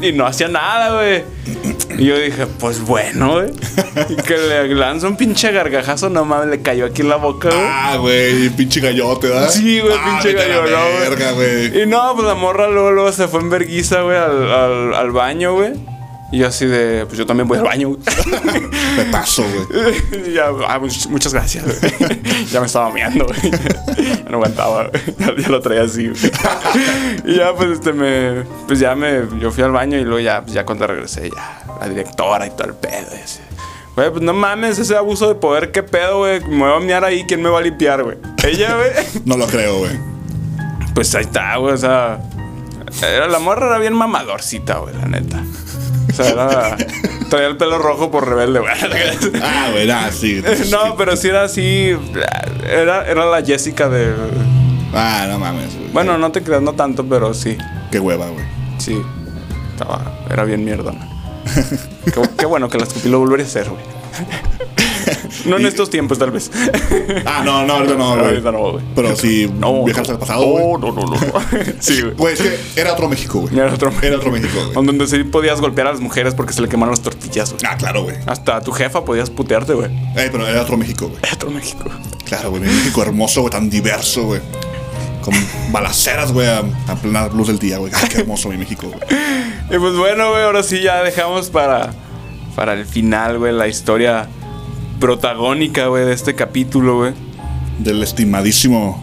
[SPEAKER 2] Y no hacía nada, güey. Y yo dije, pues bueno, güey. Y que le lanzó un pinche gargajazo, no mames, le cayó aquí en la boca, güey.
[SPEAKER 1] Ah, güey, pinche gallote, ¿verdad?
[SPEAKER 2] Sí, güey,
[SPEAKER 1] Ah,
[SPEAKER 2] pinche
[SPEAKER 1] vete a la
[SPEAKER 2] gallo, no, güey.
[SPEAKER 1] verga, güey.
[SPEAKER 2] Y no, pues la morra luego, luego se fue en verguiza, güey, al, al- al baño, güey. Y yo así de, pues yo también voy al baño, güey.
[SPEAKER 1] Te paso, güey.
[SPEAKER 2] Y ya, ah, much- muchas gracias, güey. ya me estaba meando, güey. Ya no aguantaba, güey. Ya, ya lo traía así, güey. Y ya, pues, este, me... Pues ya me... Yo fui al baño y luego ya, pues, ya cuando regresé, ya, la directora y todo el pedo. y así. Güey, pues no mames, ese abuso de poder, qué pedo, güey. Me voy a mear ahí, ¿quién me va a limpiar, güey? Ella, güey.
[SPEAKER 1] No lo creo, güey.
[SPEAKER 2] Pues ahí está, güey, o sea. Era, la morra era bien mamadorcita, güey, la neta. O sea, era. Traía el pelo rojo por rebelde, güey.
[SPEAKER 1] Ah, güey, ah, sí.
[SPEAKER 2] Eh, No, pero sí era así. Era, era la Jessica de.
[SPEAKER 1] Ah, no mames, güey.
[SPEAKER 2] Bueno, no te creas, no tanto, pero sí.
[SPEAKER 1] Qué hueva, güey.
[SPEAKER 2] Sí. estaba. Era bien mierdona. qué, qué bueno que la escupí, lo volvería a hacer, güey. No en estos tiempos, tal vez.
[SPEAKER 1] Ah, no, no, ahorita no, güey.
[SPEAKER 2] Ahorita no, güey.
[SPEAKER 1] Pero si
[SPEAKER 2] No,
[SPEAKER 1] viajas
[SPEAKER 2] no.
[SPEAKER 1] al pasado, güey.
[SPEAKER 2] No, no, no, no. Sí, güey.
[SPEAKER 1] Güey, es que era otro México, güey.
[SPEAKER 2] Era otro
[SPEAKER 1] Era otro México, güey.
[SPEAKER 2] Donde sí podías golpear a las mujeres porque se le quemaron las tortillas, güey.
[SPEAKER 1] Ah, claro, güey.
[SPEAKER 2] Hasta a tu jefa podías putearte, güey.
[SPEAKER 1] Eh, pero era otro México, güey.
[SPEAKER 2] Otro México.
[SPEAKER 1] Claro, güey. México hermoso, güey. Tan diverso, güey. Con balaceras, güey, a, a plena luz del día, güey. Ah, qué hermoso, mi México, güey.
[SPEAKER 2] Y pues bueno, güey, ahora sí ya dejamos para, para el final, güey, la historia protagónica, güey, de este capítulo, güey.
[SPEAKER 1] Del estimadísimo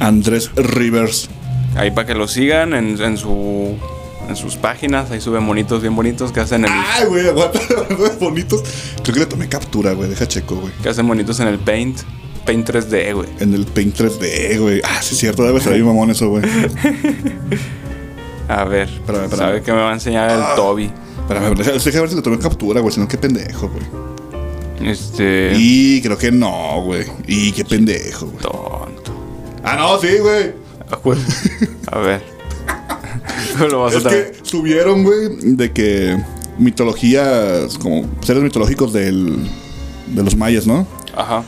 [SPEAKER 1] Andrés Rivers.
[SPEAKER 2] Ahí para que lo sigan en, en su. En sus páginas, ahí suben bonitos, bien bonitos, que hacen el,
[SPEAKER 1] Ay, güey, aguanta, güey, bonitos. Creo que le tomé captura, güey. Deja checo, güey.
[SPEAKER 2] que hacen bonitos en el Paint. Paint 3D, güey.
[SPEAKER 1] En el Paint 3D, güey. Ah, sí, es cierto, debe salir mamón eso, güey.
[SPEAKER 2] A ver,
[SPEAKER 1] Espérame, espérame.
[SPEAKER 2] sabe que me va a enseñar el
[SPEAKER 1] Ah.
[SPEAKER 2] Toby.
[SPEAKER 1] Espérame, deja, deja ver si le tomé captura, güey. Si no, qué pendejo, güey.
[SPEAKER 2] Este.
[SPEAKER 1] Y creo que no, güey. Y qué pendejo, güey.
[SPEAKER 2] Tonto.
[SPEAKER 1] Ah, no, sí, güey.
[SPEAKER 2] A huevo. A ver. lo vas a
[SPEAKER 1] Es que
[SPEAKER 2] tener.
[SPEAKER 1] subieron, güey, de que mitologías, como seres mitológicos del, de los mayas, ¿no?
[SPEAKER 2] Ajá.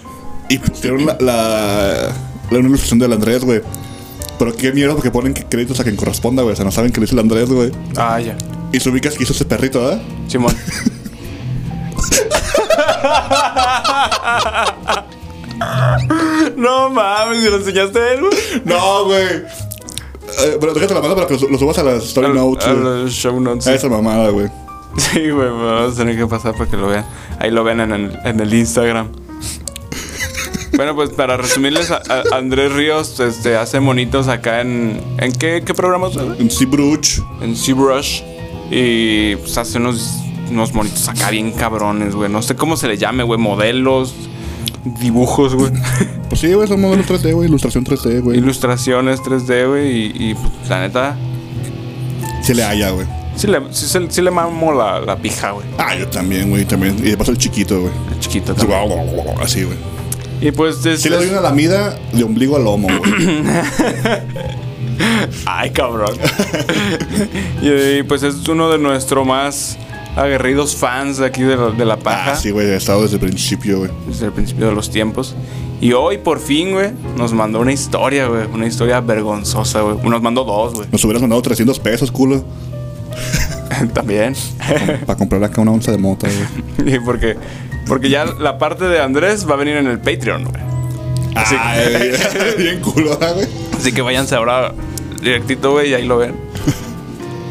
[SPEAKER 1] Y pusieron la, la, la una ilustración del Andrés, güey. Pero qué mierda, porque ponen que créditos a quien corresponda, güey. O sea, no saben que lo hizo el Andrés, güey.
[SPEAKER 2] Ah, ya.
[SPEAKER 1] Y se ubicas que hizo ese perrito, ¿verdad?
[SPEAKER 2] Simón. no mames, ¿se lo enseñaste a él, güey?
[SPEAKER 1] No, güey. Eh, pero déjate la mano para que lo, lo subas a las story
[SPEAKER 2] Al-
[SPEAKER 1] notes,
[SPEAKER 2] a
[SPEAKER 1] güey.
[SPEAKER 2] los show notes.
[SPEAKER 1] A esa mamada, güey.
[SPEAKER 2] Sí, güey, me vamos a tener que pasar para que lo vean. Ahí lo ven en el, en el Instagram. Bueno, pues para resumirles, a- a- Andrés Ríos este, hace monitos acá en. ¿En qué, qué programas?
[SPEAKER 1] En Seabruch.
[SPEAKER 2] En ZBrush. Y pues hace unos, unos monitos acá bien cabrones, güey. No sé cómo se le llame, güey. Modelos, dibujos, güey.
[SPEAKER 1] Pues sí, güey, son modelos 3D, güey. Ilustración 3D, güey.
[SPEAKER 2] Ilustraciones 3D, güey. Y, y, pues, la neta,
[SPEAKER 1] Se le halla, güey.
[SPEAKER 2] sí le, sí, se- sí le mamo la, la pija, güey.
[SPEAKER 1] Ah, yo también, güey, también. Y de paso el chiquito, güey.
[SPEAKER 2] La chiquita
[SPEAKER 1] Así,
[SPEAKER 2] también.
[SPEAKER 1] guau, guau, guau, guau, Así, güey.
[SPEAKER 2] Y pues.
[SPEAKER 1] Si le doy
[SPEAKER 2] este-
[SPEAKER 1] una lamida de ombligo al lomo, güey.
[SPEAKER 2] Ay, cabrón. y, y, pues es uno de nuestros más aguerridos fans de aquí de la, de la paja.
[SPEAKER 1] Ah, sí, güey, he estado desde el principio, güey.
[SPEAKER 2] Desde el principio de los tiempos. Y hoy, por fin, güey, nos mandó una historia, güey. Una historia vergonzosa, güey. Nos mandó dos, güey.
[SPEAKER 1] Nos hubieras mandado 300 pesos, culo,
[SPEAKER 2] También.
[SPEAKER 1] para comprar acá una onza de mota, güey.
[SPEAKER 2] y porque, porque ya la parte de Andrés va a venir en el Patreon, güey. Así-
[SPEAKER 1] Ay, bien culo, ¿verdad, güey.
[SPEAKER 2] Así que váyanse ahora directito, güey, y ahí lo ven.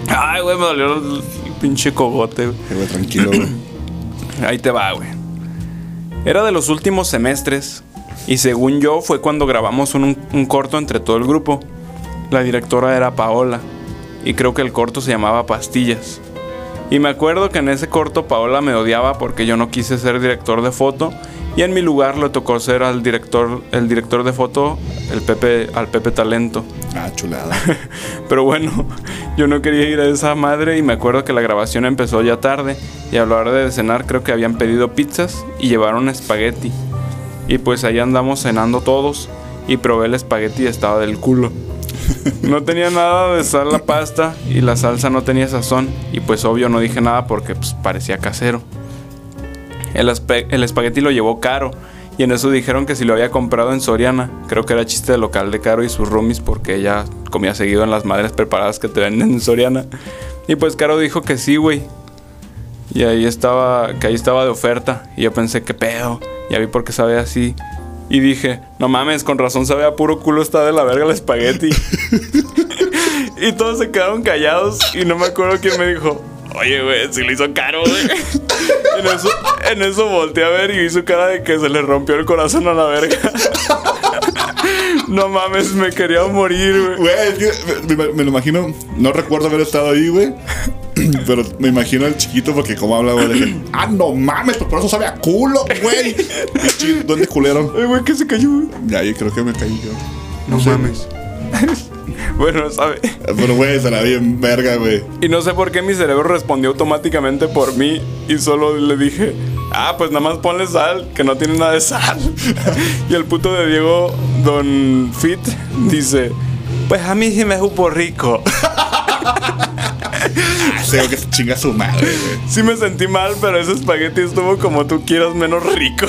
[SPEAKER 2] Ay, güey, me dolió el pinche cogote, güey.
[SPEAKER 1] Sí, güey, tranquilo, güey.
[SPEAKER 2] Ahí te va, güey. Era de los últimos semestres y según yo fue cuando grabamos un, un corto entre todo el grupo. La directora era Paola y creo que el corto se llamaba Pastillas. Y me acuerdo que en ese corto Paola me odiaba porque yo no quise ser director de foto y en mi lugar le tocó ser al director, el director de foto, el Pepe, al Pepe Talento.
[SPEAKER 1] Ah, chulada.
[SPEAKER 2] Pero bueno, yo no quería ir a esa madre y me acuerdo que la grabación empezó ya tarde y a la hora de cenar creo que habían pedido pizzas y llevaron espagueti. Y pues ahí andamos cenando todos y probé el espagueti y estaba del culo. No tenía nada de sal la pasta y la salsa no tenía sazón y pues obvio no dije nada porque pues, parecía casero. El, aspe- el espagueti lo llevó caro. Y en eso dijeron que si lo había comprado en Soriana. Creo que era chiste de local de Caro y sus roomies porque ella comía seguido en las madres preparadas que te venden en Soriana. Y pues Caro dijo que sí, güey. Y ahí estaba, que ahí estaba de oferta. Y yo pensé, qué pedo. Ya vi por qué sabe así. Y dije, no mames, con razón sabe a puro culo está de la verga el espagueti. y todos se quedaron callados y no me acuerdo quién me dijo, oye, güey, si lo hizo caro, güey. en, eso, en eso volteé a ver y hizo cara de que se le rompió el corazón a la verga. no mames, me quería morir, güey.
[SPEAKER 1] Güey, es que me, me- me lo imagino, no recuerdo haber estado ahí, güey. Pero me imagino al chiquito porque como habla, güey, de que, ah, no mames, pues por eso sabe a culo, güey. Pinche, ¿Dónde culero?
[SPEAKER 2] Ay, güey, que se cayó, güey.
[SPEAKER 1] Ya, yo creo que me caí yo.
[SPEAKER 2] No mames. bueno, sabe.
[SPEAKER 1] Pero, güey, se la vi en verga, güey.
[SPEAKER 2] Y no sé por qué mi cerebro respondió automáticamente por mí y solo le dije, ah, pues nada más ponle sal, que no tiene nada de sal. y el puto de Diego, Don Fit, dice, pues a mí sí me supo rico.
[SPEAKER 1] Ah, sé que se chinga su madre, güey.
[SPEAKER 2] Sí me sentí mal, pero ese espagueti estuvo como tú quieras, menos rico.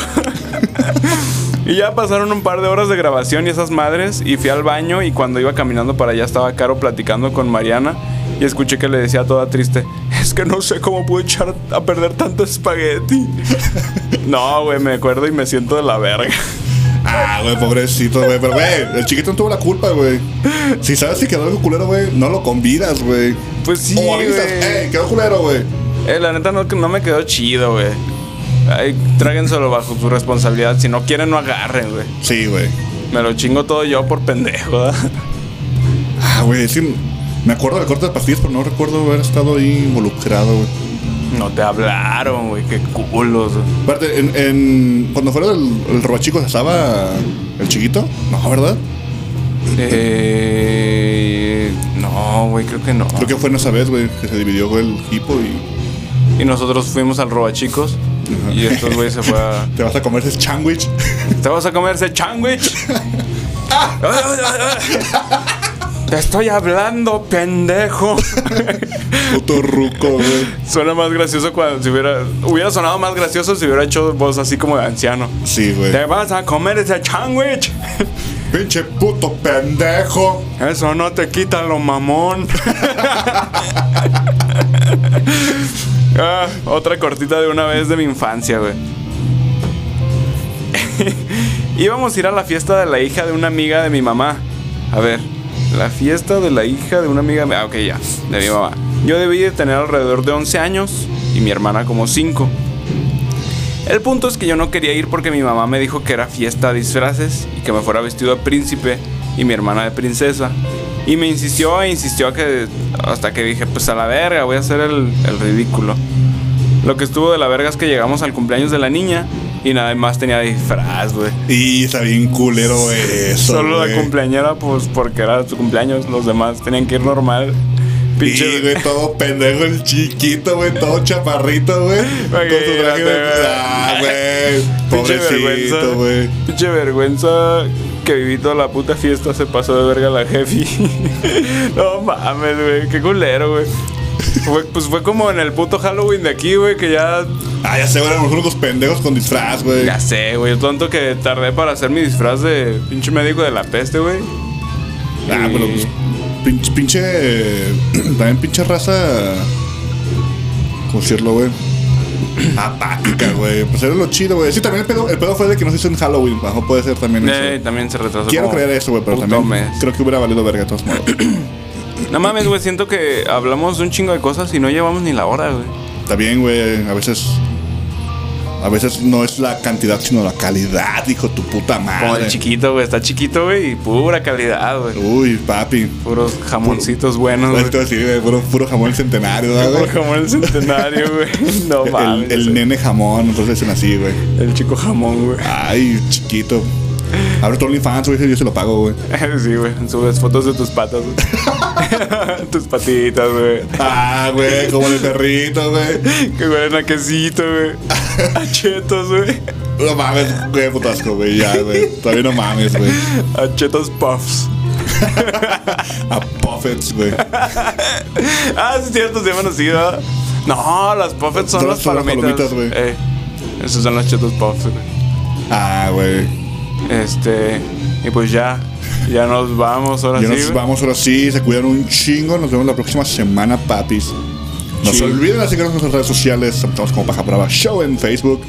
[SPEAKER 2] y ya pasaron un par de horas de grabación y esas madres, y fui al baño y cuando iba caminando para allá estaba Caro platicando con Mariana y escuché que le decía toda triste, es que no sé cómo pude echar a perder tanto espagueti. no, güey, me acuerdo y me siento de la verga.
[SPEAKER 1] Ah, güey, pobrecito, güey. Pero, güey, el chiquito no tuvo la culpa, güey. Si sabes si quedó algo culero, güey, no lo convidas, güey.
[SPEAKER 2] Pues sí,
[SPEAKER 1] o avisas,
[SPEAKER 2] güey.
[SPEAKER 1] eh, quedó culero, güey.
[SPEAKER 2] Eh, la neta no, no me quedó chido, güey. Ay, tráguenselo bajo su responsabilidad. Si no quieren, no agarren, güey.
[SPEAKER 1] Sí, güey.
[SPEAKER 2] Me lo chingo todo yo por pendejo. ¿verdad?
[SPEAKER 1] Ah, güey, sí. Me acuerdo del corte de pastillas, pero no recuerdo haber estado ahí involucrado, güey.
[SPEAKER 2] No te hablaron, güey. Qué culos. güey.
[SPEAKER 1] Aparte, en, en- cuando fuera el, el robachico, ¿estaba el chiquito? No, ¿verdad?
[SPEAKER 2] Eh, no, güey, creo que no.
[SPEAKER 1] Creo que fue en esa vez, güey, que se dividió güey, el equipo y...
[SPEAKER 2] Y nosotros fuimos al roba chicos. Y estos güey se fue a.
[SPEAKER 1] ¿Te vas a comer ese sándwich?
[SPEAKER 2] ¿Te vas a comer ese sándwich? Ah, ah, ah, ah. Te estoy hablando, pendejo.
[SPEAKER 1] Puto ruco, güey.
[SPEAKER 2] Suena más gracioso cuando si hubiera. Hubiera sonado más gracioso si hubiera hecho voz así como de anciano.
[SPEAKER 1] Sí, güey.
[SPEAKER 2] Te vas a comer ese sándwich.
[SPEAKER 1] Pinche puto pendejo.
[SPEAKER 2] Eso no te quita lo mamón. Ah, otra cortita de una vez de mi infancia, güey. Íbamos a ir a la fiesta de la hija de una amiga de mi mamá. A ver, la fiesta de la hija de una amiga de mi... Ah, ok, ya, de mi mamá. Yo debí de tener alrededor de 11 años y mi hermana como 5. El punto es que yo no quería ir porque mi mamá me dijo que era fiesta de disfraces y que me fuera vestido de príncipe y mi hermana de princesa. Y me insistió e insistió a que hasta que dije, pues a la verga, voy a hacer el, el ridículo. Lo que estuvo de la verga es que llegamos al cumpleaños de la niña y nada más tenía disfraz, güey.
[SPEAKER 1] Y está bien culero eso,
[SPEAKER 2] Solo la
[SPEAKER 1] güey.
[SPEAKER 2] cumpleañera, pues porque era su cumpleaños, los demás tenían que ir normal.
[SPEAKER 1] Sí, güey, todo pendejo el chiquito, güey, todo chaparrito, güey. Con su traje de...
[SPEAKER 2] Imagínate,
[SPEAKER 1] Ah, güey.
[SPEAKER 2] Pinche vergüenza.
[SPEAKER 1] Pobrecito, güey.
[SPEAKER 2] Pinche vergüenza que viví toda la puta fiesta. Se pasó de verga la jefi. no mames, güey. Qué culero, güey. Fue- pues fue como en el puto Halloween de aquí, güey, que ya.
[SPEAKER 1] Ah, ya se van los únicos pendejos con disfraz, güey. Ah,
[SPEAKER 2] Ya sé, güey. Tanto que tardé para hacer mi disfraz de pinche médico de la peste, güey.
[SPEAKER 1] Ah, pero pues, pinche, pinche. También pinche raza. ¿Cómo decirlo, güey? Apática, güey. Pues era lo chido, güey. Sí, también el pedo, el pedo fue de que nos hizo en Halloween, bajo puede ser también eso.
[SPEAKER 2] Eh, también se retrasó.
[SPEAKER 1] Mm, Quiero
[SPEAKER 2] como
[SPEAKER 1] creer eso, güey, pero
[SPEAKER 2] puto
[SPEAKER 1] también
[SPEAKER 2] mes.
[SPEAKER 1] creo que hubiera valido verga de todos modos.
[SPEAKER 2] No mames, güey. Siento que hablamos de un chingo de cosas y no llevamos ni la hora, güey.
[SPEAKER 1] también, güey, a veces. A veces no es la cantidad, sino la calidad, hijo de tu puta madre.
[SPEAKER 2] Como el chiquito, güey. Está chiquito, güey. Y pura calidad, güey.
[SPEAKER 1] Uy, papi.
[SPEAKER 2] Puros jamoncitos buenos, güey.
[SPEAKER 1] Esto sí, güey, puro, puro jamón centenario, ¿verdad,
[SPEAKER 2] Por
[SPEAKER 1] güey?
[SPEAKER 2] jamón el centenario, güey. No mames.
[SPEAKER 1] El, el nene jamón, entonces dicen así, güey.
[SPEAKER 2] El chico jamón, güey.
[SPEAKER 1] Ay, chiquito. Abre tu OnlyFans, güey, yo se lo pago, güey.
[SPEAKER 2] Sí, güey. Subes fotos de tus patas, güey. tus patitas, güey.
[SPEAKER 1] Ah, güey, como el perrito, güey.
[SPEAKER 2] Que huelen a quesito, güey. A chetos, güey.
[SPEAKER 1] No mames, güey, putasco, güey, ya, güey. Todavía no mames, güey.
[SPEAKER 2] A chetos puffs.
[SPEAKER 1] A Puffets, güey.
[SPEAKER 2] Ah, sí, es cierto, se llaman así, ¿verdad? No, las puffs son
[SPEAKER 1] Son-
[SPEAKER 2] las
[SPEAKER 1] son las
[SPEAKER 2] palomitas.
[SPEAKER 1] palomitas, güey.
[SPEAKER 2] Eh, esos son los chetos puffs, güey.
[SPEAKER 1] Ah, güey.
[SPEAKER 2] Este. Y pues ya. Ya nos vamos, ahora
[SPEAKER 1] Ya
[SPEAKER 2] sí.
[SPEAKER 1] nos
[SPEAKER 2] güey.
[SPEAKER 1] vamos ahora sí, se cuidan un chingo. Nos vemos la próxima semana, papis. No
[SPEAKER 2] Sí.
[SPEAKER 1] se olviden de seguirnos en nuestras redes sociales. Estamos como Paja Brava Show en Facebook.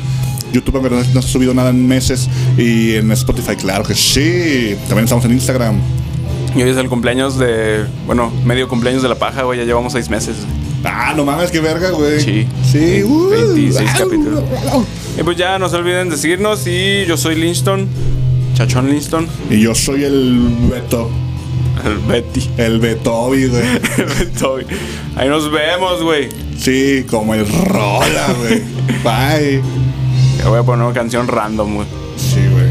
[SPEAKER 1] YouTube, en verdad, no ha subido nada en meses. Y en Spotify, claro que sí. También estamos en Instagram.
[SPEAKER 2] Y hoy es el cumpleaños de. Bueno, medio cumpleaños de la paja, güey. Ya llevamos seis meses. güey.
[SPEAKER 1] Ah, no mames, qué verga, güey.
[SPEAKER 2] Sí.
[SPEAKER 1] Sí, uh,
[SPEAKER 2] 26
[SPEAKER 1] ah,
[SPEAKER 2] capítulos.
[SPEAKER 1] uh.
[SPEAKER 2] Y pues ya, no se olviden de seguirnos. Y yo soy Linston, Chachón Linston,
[SPEAKER 1] Y yo soy el Beto.
[SPEAKER 2] el Betty,
[SPEAKER 1] El Betobi, güey.
[SPEAKER 2] el Betoy. Ahí nos vemos, güey.
[SPEAKER 1] Sí, como el Rola, güey. Bye.
[SPEAKER 2] Ya voy a poner una canción random, güey.
[SPEAKER 1] Sí, güey.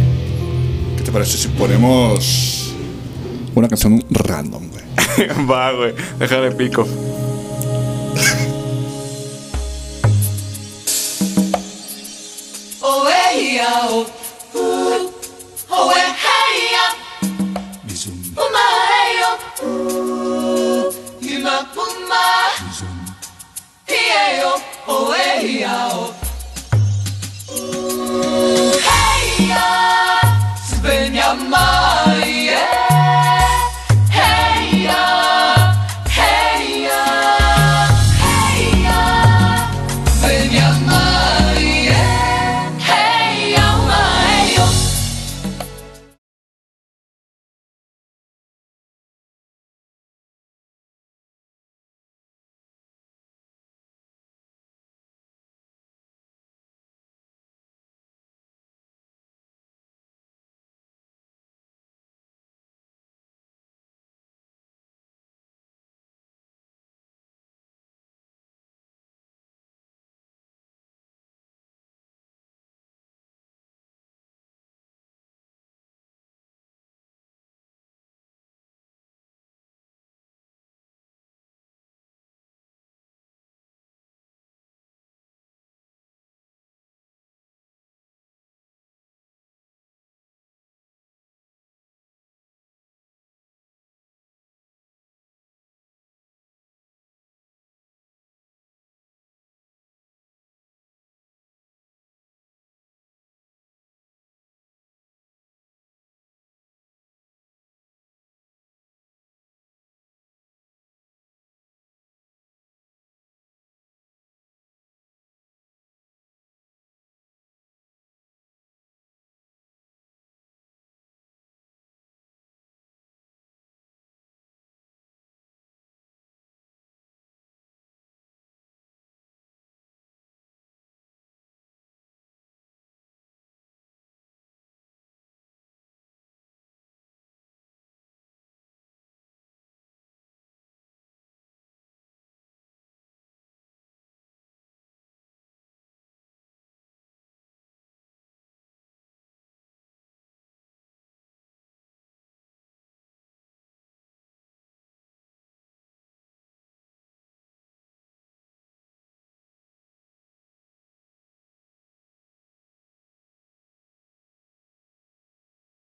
[SPEAKER 1] ¿Qué te parece si ponemos una canción random, güey?
[SPEAKER 2] Va, güey. Déjale pico.
[SPEAKER 5] Oh, hey, oh, ooh. oh, hey, oh. Puma, hey, oh, ooh. Yuma, puma. oh, hey, ah, oh.